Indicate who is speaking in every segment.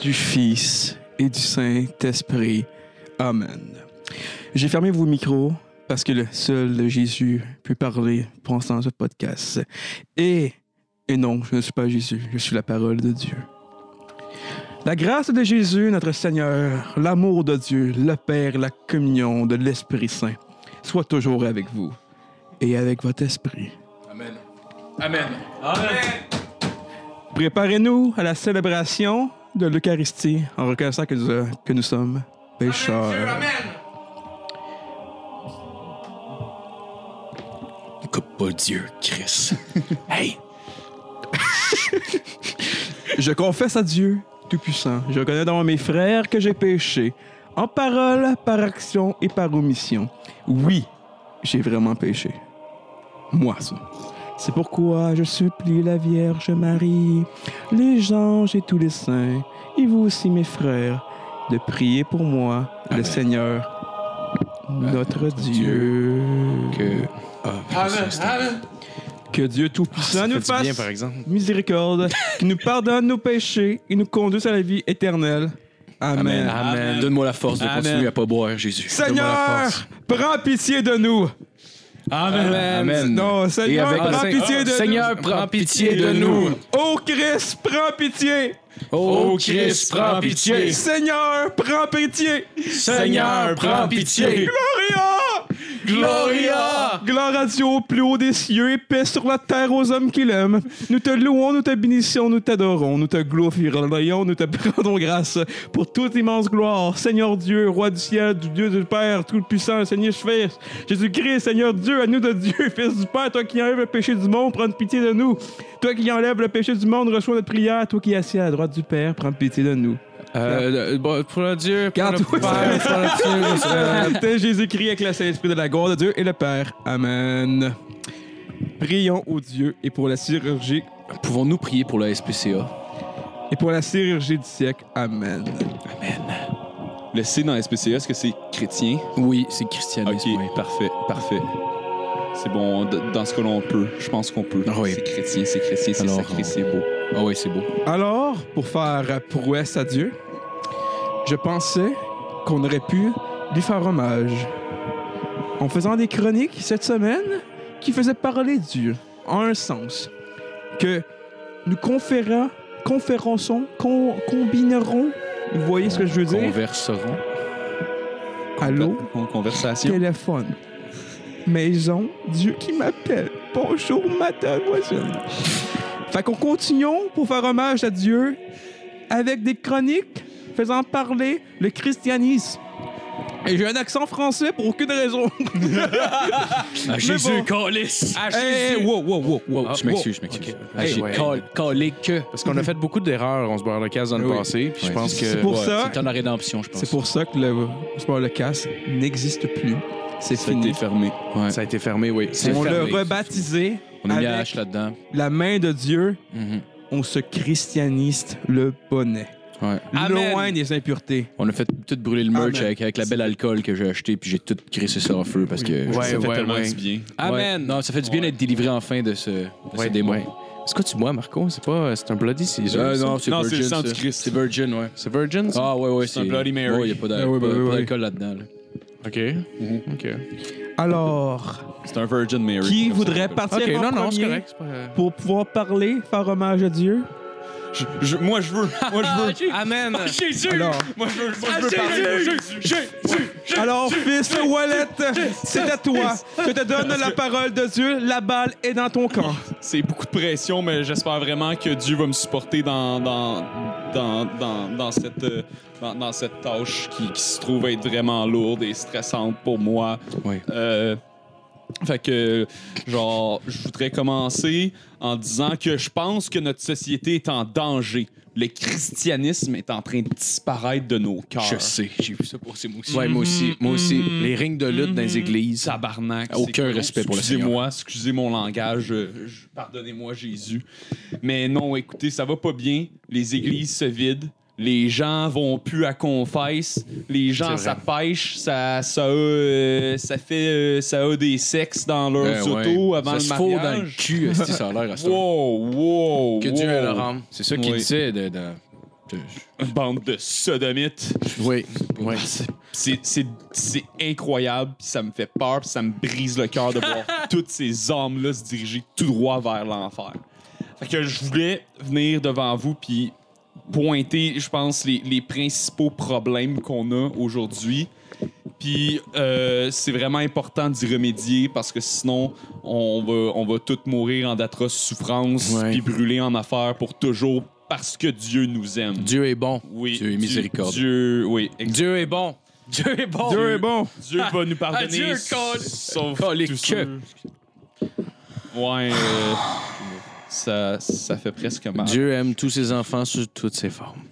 Speaker 1: du Fils et du Saint-Esprit. Amen. J'ai fermé vos micros parce que le seul Jésus peut parler pendant ce podcast. Et, et non, je ne suis pas Jésus, je suis la parole de Dieu. La grâce de Jésus, notre Seigneur, l'amour de Dieu, le Père, la communion de l'Esprit Saint, soit toujours avec vous et avec votre esprit.
Speaker 2: Amen. Amen.
Speaker 1: Préparez-nous à la célébration de l'Eucharistie en reconnaissant que nous, euh, que nous sommes pécheurs.
Speaker 2: euh, Coupe pas Dieu, Chris. hey!
Speaker 1: Je confesse à Dieu Tout-Puissant. Je reconnais dans mes frères que j'ai péché, en parole, par action et par omission. Oui, j'ai vraiment péché. Moi, ça. C'est pourquoi je supplie la Vierge Marie, les anges et tous les saints, et vous aussi mes frères, de prier pour moi, le Seigneur, notre Dieu.
Speaker 2: Que. Ah,
Speaker 3: Amen. Amen.
Speaker 1: Que Dieu Tout-Puissant
Speaker 2: ça fait
Speaker 1: nous
Speaker 2: du bien,
Speaker 1: fasse
Speaker 2: par exemple.
Speaker 1: miséricorde, qui nous pardonne nos péchés et nous conduise à la vie éternelle. Amen.
Speaker 2: Amen. Amen. Ah, Donne-moi la force de
Speaker 3: Amen.
Speaker 2: continuer à pas boire, Jésus.
Speaker 1: Seigneur, prends pitié de nous.
Speaker 3: Amen.
Speaker 2: Amen.
Speaker 1: Non,
Speaker 2: Ah, Et
Speaker 1: Seigneur,
Speaker 2: avec
Speaker 1: prends
Speaker 2: le Saint-
Speaker 1: pitié de
Speaker 2: Seigneur,
Speaker 1: nous.
Speaker 2: prends pitié de nous.
Speaker 1: Oh Christ, prends pitié.
Speaker 2: Oh Christ, prends pitié.
Speaker 1: Seigneur, prends pitié.
Speaker 2: Seigneur, prends pitié.
Speaker 1: Gloria!
Speaker 2: Gloria!
Speaker 1: Gloire à Dieu au plus haut des cieux et paix sur la terre aux hommes qui l'aiment. Nous te louons, nous te bénissons, nous t'adorons, nous te glorifions, nous te rendons grâce pour toute immense gloire. Seigneur Dieu, roi du ciel, du Dieu du Père, tout-puissant, Seigneur Fils, Jésus-Christ, Seigneur Dieu, à nous de Dieu, Fils du Père, toi qui enlèves le péché du monde, prends pitié de nous. Toi qui enlèves le péché du monde, reçois notre prière. Toi qui es assis à la droite du Père, prends pitié de nous.
Speaker 2: Euh, bon, pour le Dieu, pour
Speaker 1: Garde-
Speaker 2: le Père, pour le Dieu, euh,
Speaker 1: Tel Jésus-Christ avec le Saint-Esprit de la gloire de Dieu et le Père. Amen. Prions au Dieu et pour la chirurgie
Speaker 2: Pouvons-nous prier pour la SPCA?
Speaker 1: et pour la chirurgie du siècle. Amen.
Speaker 4: Le C dans SPCA, est-ce que c'est chrétien?
Speaker 2: Oui, c'est christianisme.
Speaker 4: ok, parfait, parfait. C'est bon, d- dans ce que l'on peut, je pense qu'on peut.
Speaker 2: Ah oui.
Speaker 4: C'est chrétien, c'est chrétien, c'est
Speaker 2: Alors,
Speaker 4: sacré,
Speaker 2: on-
Speaker 4: c'est beau.
Speaker 2: Ah ouais, c'est beau.
Speaker 1: Alors, pour faire prouesse à Dieu, je pensais qu'on aurait pu lui faire hommage en faisant des chroniques cette semaine qui faisaient parler Dieu en un sens que nous conférons, conférençons, con- combinerons. Vous voyez ce que je veux dire?
Speaker 2: Converserons.
Speaker 1: Allô?
Speaker 4: En conversation.
Speaker 1: Téléphone. Maison. Dieu qui m'appelle. Bonjour, matin, voisine. Fait qu'on continue pour faire hommage à Dieu avec des chroniques faisant parler le christianisme. Et j'ai un accent français pour aucune raison.
Speaker 2: Ah,
Speaker 1: Jésus, bon.
Speaker 2: calice!
Speaker 1: Ah, Hey, wow, wow, wow, wow.
Speaker 2: je m'excuse, je m'excuse. Ah,
Speaker 1: Hey,
Speaker 2: j'ai
Speaker 3: ouais.
Speaker 2: cal- calé que.
Speaker 3: Parce qu'on a fait beaucoup d'erreurs, on se barre le casse dans le
Speaker 1: Oui.
Speaker 3: passé, puis je
Speaker 2: Ouais.
Speaker 3: pense que.
Speaker 1: C'est pour
Speaker 2: Ouais,
Speaker 1: ça-
Speaker 2: C'est en la rédemption, je pense.
Speaker 1: C'est pour ça que le, c'est pas le casque n'existe plus. C'est
Speaker 4: Ça a été
Speaker 1: fini.
Speaker 4: fermé.
Speaker 2: Ouais.
Speaker 3: Ça a été fermé, oui.
Speaker 2: C'est
Speaker 1: On l'a
Speaker 2: fermé.
Speaker 1: rebaptisé
Speaker 2: On a mis la hache
Speaker 1: avec
Speaker 2: là-dedans.
Speaker 1: la main de Dieu.
Speaker 2: Mhm.
Speaker 1: On se christianiste le bonnet.
Speaker 2: Ouais.
Speaker 3: Amen.
Speaker 1: Loin des impuretés.
Speaker 2: On a fait tout brûler le merch
Speaker 1: Amen.
Speaker 2: avec, avec la belle alcool que j'ai acheté, puis j'ai tout crissé ça en feu parce que.
Speaker 3: Ouais,
Speaker 4: ça fait
Speaker 3: ouais,
Speaker 4: tellement
Speaker 3: ouais.
Speaker 4: du bien.
Speaker 2: Ouais. Non, ça fait du bien d'être délivré enfin de ce, de ce
Speaker 3: Ouais,
Speaker 2: démon.
Speaker 3: ouais. C'est quoi tu bois, Marco? C'est pas. C'est un Bloody Caesar.
Speaker 2: Euh,
Speaker 3: ça?
Speaker 2: non, c'est
Speaker 4: Non, c'est
Speaker 2: Virgin.
Speaker 4: le sang du
Speaker 2: ça.
Speaker 4: Christ.
Speaker 2: C'est Virgin, ouais.
Speaker 3: C'est Virgin? ça?
Speaker 2: Ah, ouais, ouais.
Speaker 4: C'est un Bloody Mary.
Speaker 2: Ouais, il a pas d'a-
Speaker 1: Ah, ouais,
Speaker 2: pas-
Speaker 1: bah, ouais,
Speaker 2: pas
Speaker 1: ouais.
Speaker 2: d'alcool là-dedans. là.
Speaker 3: OK. OK.
Speaker 1: Alors,
Speaker 4: C'est un Virgin Mary.
Speaker 1: Qui
Speaker 4: comme ça.
Speaker 1: voudrait partir
Speaker 3: OK,
Speaker 1: en
Speaker 3: non, non, c'est
Speaker 1: premier
Speaker 3: correct. c'est pas- euh,
Speaker 1: pour pouvoir parler, faire hommage à Dieu?
Speaker 4: Je- je- Moi, je veux. Moi, je veux.
Speaker 3: Amen.
Speaker 4: Jésus!
Speaker 1: Alors,
Speaker 4: Moi, je veux, moi,
Speaker 1: Ah,
Speaker 4: je veux parler de Jésus! Jésus!
Speaker 1: alors fils Wallet, c'est à toi. Je te donne la parole de Dieu. La balle est dans ton camp.
Speaker 4: C'est beaucoup de pression, mais j'espère vraiment que Dieu va me supporter dans, dans, dans, dans, dans cette, euh, dans, dans cette tâche qui, qui se trouve être vraiment lourde et stressante pour moi.
Speaker 2: Oui.
Speaker 4: Euh, fait que, genre, je voudrais commencer en disant que je pense que notre société est en danger. Le christianisme est en train de disparaître de nos cœurs.
Speaker 2: Je sais, j'ai vu ça passer moi aussi.
Speaker 3: Ouais, moi aussi. Moi aussi.
Speaker 4: Mm-hmm.
Speaker 3: Les rings de lutte dans les églises.
Speaker 4: Tabarnak.
Speaker 2: Aucun
Speaker 4: c'est quoi?
Speaker 2: respect pour le
Speaker 4: Excusez-moi, excusez mon langage. euh, je- Pardonnez-moi, Jésus. Mais non, écoutez, ça va pas bien. Les églises se vident. Les gens vont plus à confesse. Les gens,
Speaker 3: C'est
Speaker 4: ça
Speaker 3: vrai.
Speaker 4: pêche. Ça, ça, a, euh, ça fait euh, ça a des sexes dans leurs
Speaker 2: Euh, ouais.
Speaker 4: autos avant
Speaker 2: ça se
Speaker 4: le
Speaker 2: fout dans le
Speaker 4: mariage.
Speaker 2: cul, si ça a l'air à ce
Speaker 4: Wow, wow,
Speaker 2: Que Dieu
Speaker 4: wow.
Speaker 2: le rende. C'est ça qu'il
Speaker 4: Oui.
Speaker 2: disait de, de- de.
Speaker 4: Une bande de sodomites.
Speaker 3: Oui, oui.
Speaker 4: C'est- C'est c'est incroyable, puis ça me fait peur, puis ça me brise le cœur de voir toutes ces hommes-là se diriger tout droit vers l'enfer. Fait que je voulais venir devant vous, puis pointer, je pense, les, les principaux problèmes qu'on a aujourd'hui. Puis euh, c'est vraiment important d'y remédier parce que sinon, on va, on va tous mourir en d'atroces souffrances,
Speaker 3: Ouais.
Speaker 4: puis brûler en affaires pour toujours parce que Dieu nous aime.
Speaker 3: Dieu est bon.
Speaker 4: Oui,
Speaker 2: Dieu est miséricordieux.
Speaker 4: Dieu, oui, exact.
Speaker 3: Dieu est bon. Dieu est bon.
Speaker 1: Dieu est bon.
Speaker 4: Dieu va nous pardonner.
Speaker 3: Ah, Dieu, col-
Speaker 4: sauf
Speaker 3: colique.
Speaker 4: tous ceux- Ouais, euh, ça, ça fait presque
Speaker 2: Bah.
Speaker 4: mal.
Speaker 3: Dieu aime tous ses enfants sous toutes ses formes.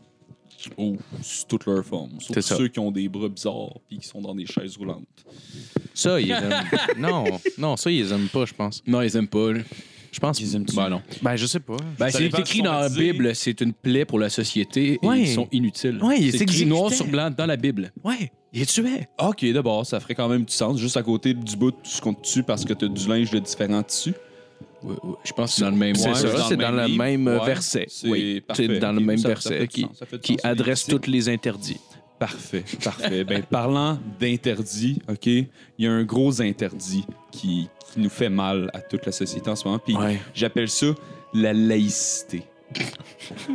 Speaker 4: Oh, sous toutes leurs formes. Sauf
Speaker 3: C'est ça.
Speaker 4: ceux qui ont des bras bizarres puis qui sont dans des chaises roulantes.
Speaker 3: Ça, ils les aiment. non, non, ça, ils les aiment pas, je pense.
Speaker 2: Non, ils aiment pas. là.
Speaker 3: Je pense.
Speaker 2: Ils aiment-tu?
Speaker 3: Ben non. Ben, je sais pas.
Speaker 2: Ben,
Speaker 4: Ça
Speaker 2: c'est
Speaker 4: dépend
Speaker 2: écrit
Speaker 4: de
Speaker 2: dans la
Speaker 4: son baptisé.
Speaker 2: Bible, c'est une plaie pour la société et
Speaker 3: Ouais.
Speaker 2: ils sont inutiles.
Speaker 3: Ouais, ils
Speaker 2: c'est écrit
Speaker 3: s'exécutaient.
Speaker 2: noir sur blanc dans la Bible.
Speaker 3: Ouais, il est tué.
Speaker 4: Ok, d'abord, ça ferait quand même du sens. Juste à côté du bout de ce qu'on te tue parce que t'as du linge de différents tissus.
Speaker 2: Ouais, ouais, Je pense que c'est dans le même
Speaker 3: C'est
Speaker 4: Ouais,
Speaker 2: mois.
Speaker 3: ça, c'est dans le
Speaker 4: livre.
Speaker 3: même euh,
Speaker 4: Ouais,
Speaker 3: verset.
Speaker 4: c'est
Speaker 3: Oui,
Speaker 4: parfait.
Speaker 3: c'est dans le
Speaker 4: Ok,
Speaker 3: même
Speaker 4: ça- ça fait
Speaker 3: verset
Speaker 4: du
Speaker 3: qui,
Speaker 4: sens, ça fait du
Speaker 3: qui
Speaker 4: sens, c'est
Speaker 3: adresse
Speaker 4: difficile.
Speaker 3: tous les interdits.
Speaker 4: Parfait, parfait. ben, parlant d'interdit, OK, il y a un gros interdit qui, qui nous fait mal à toute la société en ce moment. Puis
Speaker 3: Ouais.
Speaker 4: j'appelle ça la laïcité.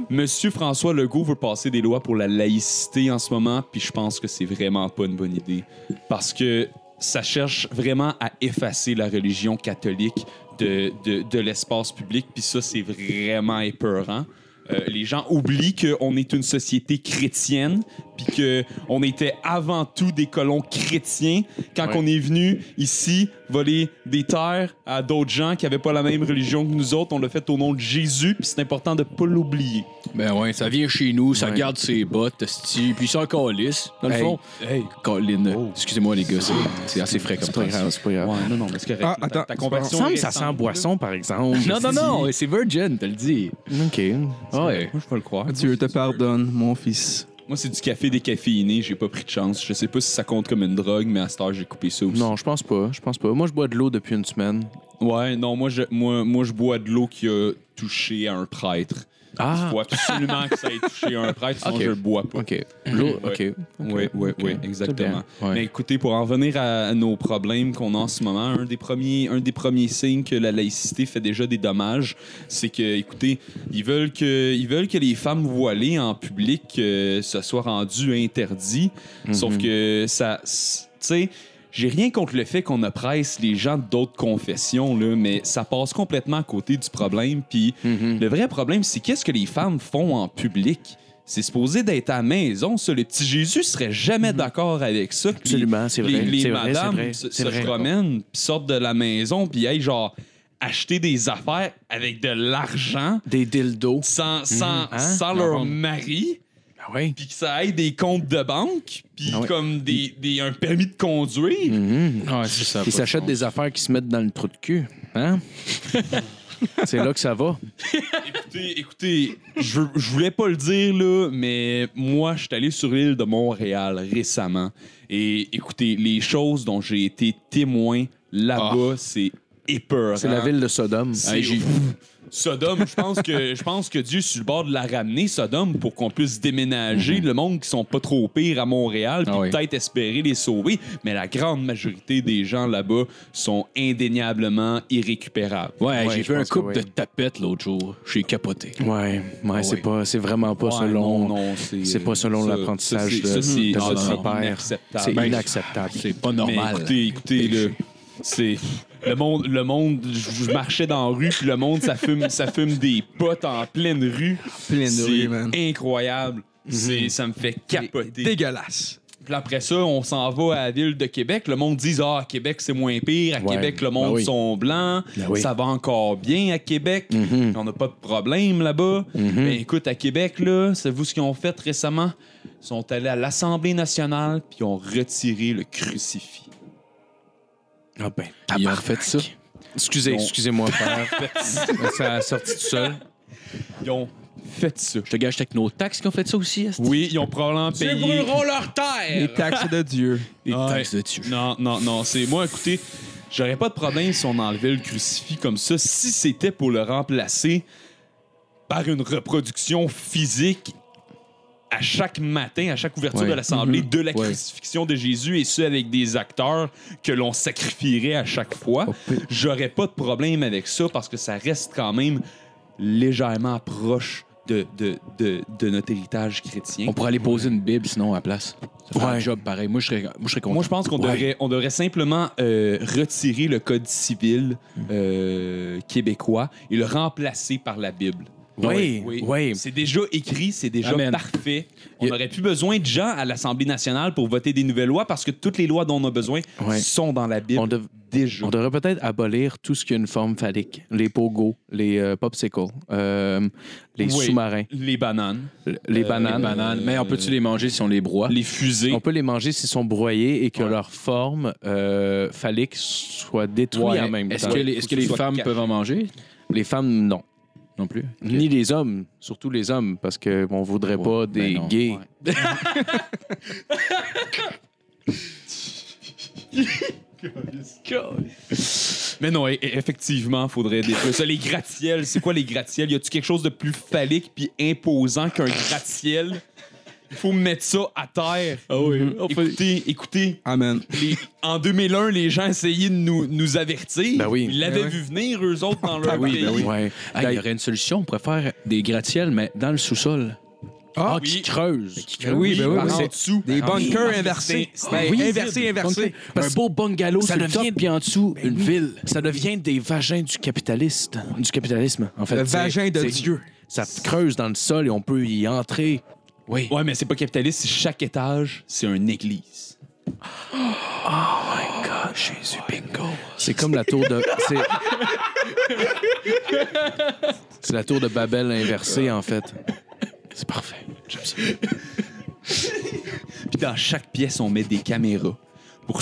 Speaker 4: Monsieur François Legault veut passer des lois pour la laïcité en ce moment, puis je pense que c'est vraiment pas une bonne idée. Parce que ça cherche vraiment à effacer la religion catholique de, de, de l'espace public, puis ça, c'est vraiment épeurant. Euh, les gens oublient qu'on est une société chrétienne, puis qu'on était avant tout des colons chrétiens quand
Speaker 3: Ouais.
Speaker 4: on est venu ici voler des terres à d'autres gens qui n'avaient pas la même religion que nous autres. On l'a fait au nom de Jésus, puis c'est important de ne pas l'oublier.
Speaker 2: Ben ouais, ça vient chez nous, ça
Speaker 3: Ouais.
Speaker 2: garde ses bottes, esti, puis ça encore lisse. Dans le
Speaker 3: Hey. Oh.
Speaker 2: fond, Colin, excusez-moi les gars, c'est- c'est assez frais comme phrase.
Speaker 3: c'est pas grave.
Speaker 4: non, non, mais c'est correct.
Speaker 1: Ah,
Speaker 4: Ta-
Speaker 1: attends,
Speaker 4: ta
Speaker 1: c'est
Speaker 3: Il
Speaker 4: conversion
Speaker 3: me semble
Speaker 4: est
Speaker 3: que ça sent
Speaker 4: récente,
Speaker 3: boisson, par exemple.
Speaker 2: Non, non, non, c'est virgin, t'as le dit.
Speaker 3: OK.
Speaker 2: Ouais.
Speaker 4: là. Moi, je peux le croire.
Speaker 1: Ah, Dieu te pardonne, mon fils.
Speaker 4: Moi, c'est du café décaféiné, j'ai pas pris de chance. Je sais pas si ça compte comme une drogue, mais à cette heure, j'ai coupé ça aussi.
Speaker 3: Non, je pense pas. Je pense pas. Moi, je bois de l'eau depuis une semaine.
Speaker 4: Ouais, non, moi, je, moi, moi, je bois de l'eau qui a touché à un prêtre. Il
Speaker 3: Ah,
Speaker 4: faut absolument que ça ait touché à un prêtre, sinon
Speaker 3: Ok.
Speaker 4: je le bois pas.
Speaker 3: OK. L'eau, OK.
Speaker 4: Ouais. Oui, oui,
Speaker 3: Ok.
Speaker 4: oui, exactement.
Speaker 3: C'est bien. Ouais.
Speaker 4: Mais écoutez, pour en revenir à nos problèmes qu'on a en ce moment, un des premiers, un des premiers signes que la laïcité fait déjà des dommages, c'est que, écoutez, ils veulent que, ils veulent que les femmes voilées en public euh, se soient rendues interdites.
Speaker 3: Mhm.
Speaker 4: Sauf que ça, s- tu sais. J'ai rien contre le fait qu'on oppresse les gens d'autres confessions, là, mais ça passe complètement à côté du problème. Puis
Speaker 3: Mhm.
Speaker 4: le vrai problème, c'est qu'est-ce que les femmes font en public? C'est supposé d'être à la maison, ça. Le petit Jésus serait jamais
Speaker 3: Mhm.
Speaker 4: d'accord avec ça. Puis
Speaker 3: Absolument, c'est vrai.
Speaker 4: Les, les
Speaker 3: c'est vrai, c'est
Speaker 4: madames
Speaker 3: vrai.
Speaker 4: se,
Speaker 3: C'est
Speaker 4: se
Speaker 3: vrai.
Speaker 4: promènent, puis sortent de la maison, puis aillent genre acheter des affaires avec de l'argent
Speaker 3: Des dildos.
Speaker 4: sans, sans,
Speaker 3: Hein?
Speaker 4: sans
Speaker 3: Non,
Speaker 4: leur
Speaker 3: non.
Speaker 4: mari,
Speaker 3: Ah ouais.
Speaker 4: puis que ça aille des comptes de banque, puis
Speaker 3: Ah Mhm. ouais.
Speaker 4: comme des, des- un permis de conduire.
Speaker 2: Ouais, c'est ça.
Speaker 3: Ils s'achètent des affaires qui se mettent dans le trou de cul. Hein? c'est là que ça va.
Speaker 4: Écoutez, écoutez, je, je voulais pas le dire là, mais moi, je suis allé sur l'île de Montréal récemment. Et écoutez, les choses dont j'ai été témoin là-bas, c'est épeurant.
Speaker 3: Ah. C'est la ville de Sodome.
Speaker 4: Ah.
Speaker 2: Ah,
Speaker 4: C'est- Sodome, je pense que je pense que Dieu est sur le bord de la ramener Sodome pour qu'on puisse déménager le monde qui sont pas trop pires à Montréal puis
Speaker 2: Mhm. Ah oui.
Speaker 4: peut-être espérer les sauver, mais la grande majorité des gens là-bas sont indéniablement irrécupérables.
Speaker 2: Ouais,
Speaker 3: Ouais,
Speaker 2: j'ai
Speaker 3: je
Speaker 2: vu un
Speaker 3: pense que
Speaker 2: couple
Speaker 3: oui.
Speaker 2: de tapettes l'autre jour. J'ai capoté.
Speaker 3: Ouais, ouais, c'est
Speaker 2: ouais.
Speaker 3: pas, c'est vraiment pas
Speaker 4: Ah Ouais,
Speaker 3: selon.
Speaker 4: non, non, c'est
Speaker 3: c'est pas selon
Speaker 4: ça-
Speaker 3: l'apprentissage
Speaker 4: ça, c'est-
Speaker 3: de-
Speaker 4: ça, c'est-
Speaker 3: de
Speaker 4: ça,
Speaker 3: notre
Speaker 4: c'est
Speaker 3: père.
Speaker 4: inacceptable.
Speaker 3: C'est
Speaker 4: Ben,
Speaker 3: inacceptable.
Speaker 2: C'est pas
Speaker 4: mais
Speaker 2: normal. Ben,
Speaker 4: Écoutez, écoutez, le, c'est le monde, le monde. Je je marchais dans la rue, puis le monde, ça fume, ça fume des potes en pleine rue.
Speaker 1: Pleine de
Speaker 4: C'est
Speaker 1: rue, man.
Speaker 4: incroyable.
Speaker 2: Mhm.
Speaker 4: C'est, ça me fait capoter.
Speaker 1: Dégueulasse.
Speaker 4: Puis après ça, on s'en va à la ville de Québec. Le monde dit Ah, à Québec, c'est moins pire. À
Speaker 3: Ouais.
Speaker 4: Québec, le
Speaker 3: Ben
Speaker 4: monde
Speaker 3: oui.
Speaker 4: sont blancs.
Speaker 3: Ben oui. Mm-hmm.
Speaker 4: Ça va encore bien à Québec. On n'a pas de problème là-bas. Ben, écoute, à Québec, là, savez-vous ce qu'ils ont fait récemment Ils sont allés à l'Assemblée nationale puis ils ont retiré le crucifix.
Speaker 3: Ah ben,
Speaker 2: Ils ont fait ça.
Speaker 3: Excusez,
Speaker 4: Non.
Speaker 3: excusez-moi, père. ça a sorti tout seul.
Speaker 4: Ils ont fait ça.
Speaker 2: Je te gage avec nos taxes qu'on fait ça aussi. esti.
Speaker 4: Oui, ils ont probablement payé.
Speaker 2: leur
Speaker 1: Les
Speaker 2: terre.
Speaker 1: taxes de Dieu.
Speaker 2: Les
Speaker 4: Ouais.
Speaker 2: taxes de Dieu.
Speaker 4: Non, non, non. C'est moi, écoutez, j'aurais pas de problème si on enlevait le crucifix comme ça, si c'était pour le remplacer par une reproduction physique à chaque matin, à chaque ouverture
Speaker 3: Ouais. Mm-hmm.
Speaker 4: de l'Assemblée, de la
Speaker 3: Ouais.
Speaker 4: crucifixion de Jésus, et ce, avec des acteurs que l'on sacrifierait à chaque fois. J'aurais pas de problème avec ça parce que ça reste quand même légèrement proche de, de, de, de notre héritage chrétien.
Speaker 3: On pourrait aller poser une Bible sinon à la place. Ça fait un job pareil. Moi, je serais, moi, je serais content.
Speaker 4: Moi, je pense qu'on
Speaker 3: Ouais.
Speaker 4: devrait, on devrait simplement euh, retirer le Code civil euh, québécois et le remplacer par la Bible.
Speaker 3: Oui, oui.
Speaker 4: C'est déjà écrit, c'est déjà
Speaker 3: Amen.
Speaker 4: parfait. On
Speaker 3: Y a-
Speaker 4: n'aurait plus besoin de gens à l'Assemblée nationale pour voter des nouvelles lois parce que toutes les lois dont on a besoin
Speaker 3: Ouais.
Speaker 4: sont dans la Bible
Speaker 3: On, dev-
Speaker 4: déjà.
Speaker 3: on devrait peut-être abolir tout ce qui a une forme phallique. Les pogos, les euh, popsicles, euh, les
Speaker 4: Oui.
Speaker 3: sous-marins,
Speaker 4: Les bananes,
Speaker 3: l- les
Speaker 4: Euh,
Speaker 3: bananes.
Speaker 4: les bananes.
Speaker 3: Mais on peut-tu les manger si on les broie?
Speaker 4: les fusées.
Speaker 3: On peut les manger s'ils sont broyés et que
Speaker 4: Ouais.
Speaker 3: leur forme euh, phallique soit détruite
Speaker 4: Ouais.
Speaker 3: en même
Speaker 2: Est-ce
Speaker 3: temps.
Speaker 2: que les, est-ce que les
Speaker 4: Soit
Speaker 2: femmes
Speaker 4: caché.
Speaker 2: peuvent en manger?
Speaker 3: Les femmes, non.
Speaker 2: Non plus.
Speaker 3: Ni les hommes, surtout les hommes, parce qu'on ne voudrait pas des
Speaker 2: ben non.
Speaker 3: gays.
Speaker 4: Ouais. Mais non, e- e- effectivement, faudrait détruire ça. Les gratte-ciels, c'est quoi les gratte-ciels? Y a-tu quelque chose de plus phallique puis imposant qu'un gratte-ciel? Il faut mettre ça à terre. Mhm.
Speaker 2: Ah oui.
Speaker 1: Oh,
Speaker 4: Écoutez, écoutez,
Speaker 1: Amen.
Speaker 4: les- en 2001, les gens essayaient de nous, nous avertir.
Speaker 3: Ben oui. Ben
Speaker 4: Ils l'avaient vu venir, eux autres, dans leur pays.
Speaker 3: Ouais. Hey, il y aurait une solution. On pourrait faire des gratte-ciels, mais dans le sous-sol. Ah,
Speaker 4: oui.
Speaker 3: qui creuse.
Speaker 1: Ben oui, ben oui,
Speaker 4: par
Speaker 1: oui,
Speaker 4: en
Speaker 1: c'est-
Speaker 4: dessous. Ah
Speaker 1: Des
Speaker 4: Par en dessous.
Speaker 1: bunkers inversés.
Speaker 4: C'était-
Speaker 1: Ben,
Speaker 4: c'était
Speaker 1: inversés, inversés.
Speaker 3: un beau bungalow
Speaker 2: ça
Speaker 3: sur le
Speaker 2: devient-
Speaker 3: top, puis en dessous, une ville. Ça devient des vagins du capitaliste. Du capitalisme, en fait.
Speaker 1: Le
Speaker 3: C'est-
Speaker 1: vagin de
Speaker 3: c'est-
Speaker 1: Dieu.
Speaker 3: Ça creuse dans le sol et on peut y entrer. Oui.
Speaker 4: Ouais, mais c'est pas capitaliste. si Chaque étage, c'est une église.
Speaker 3: Jésus, bingo. C'est comme la tour de... C'est... c'est la tour de Babel inversée, en fait. C'est parfait. J'aime ça.
Speaker 4: Puis dans chaque pièce, on met des caméras pour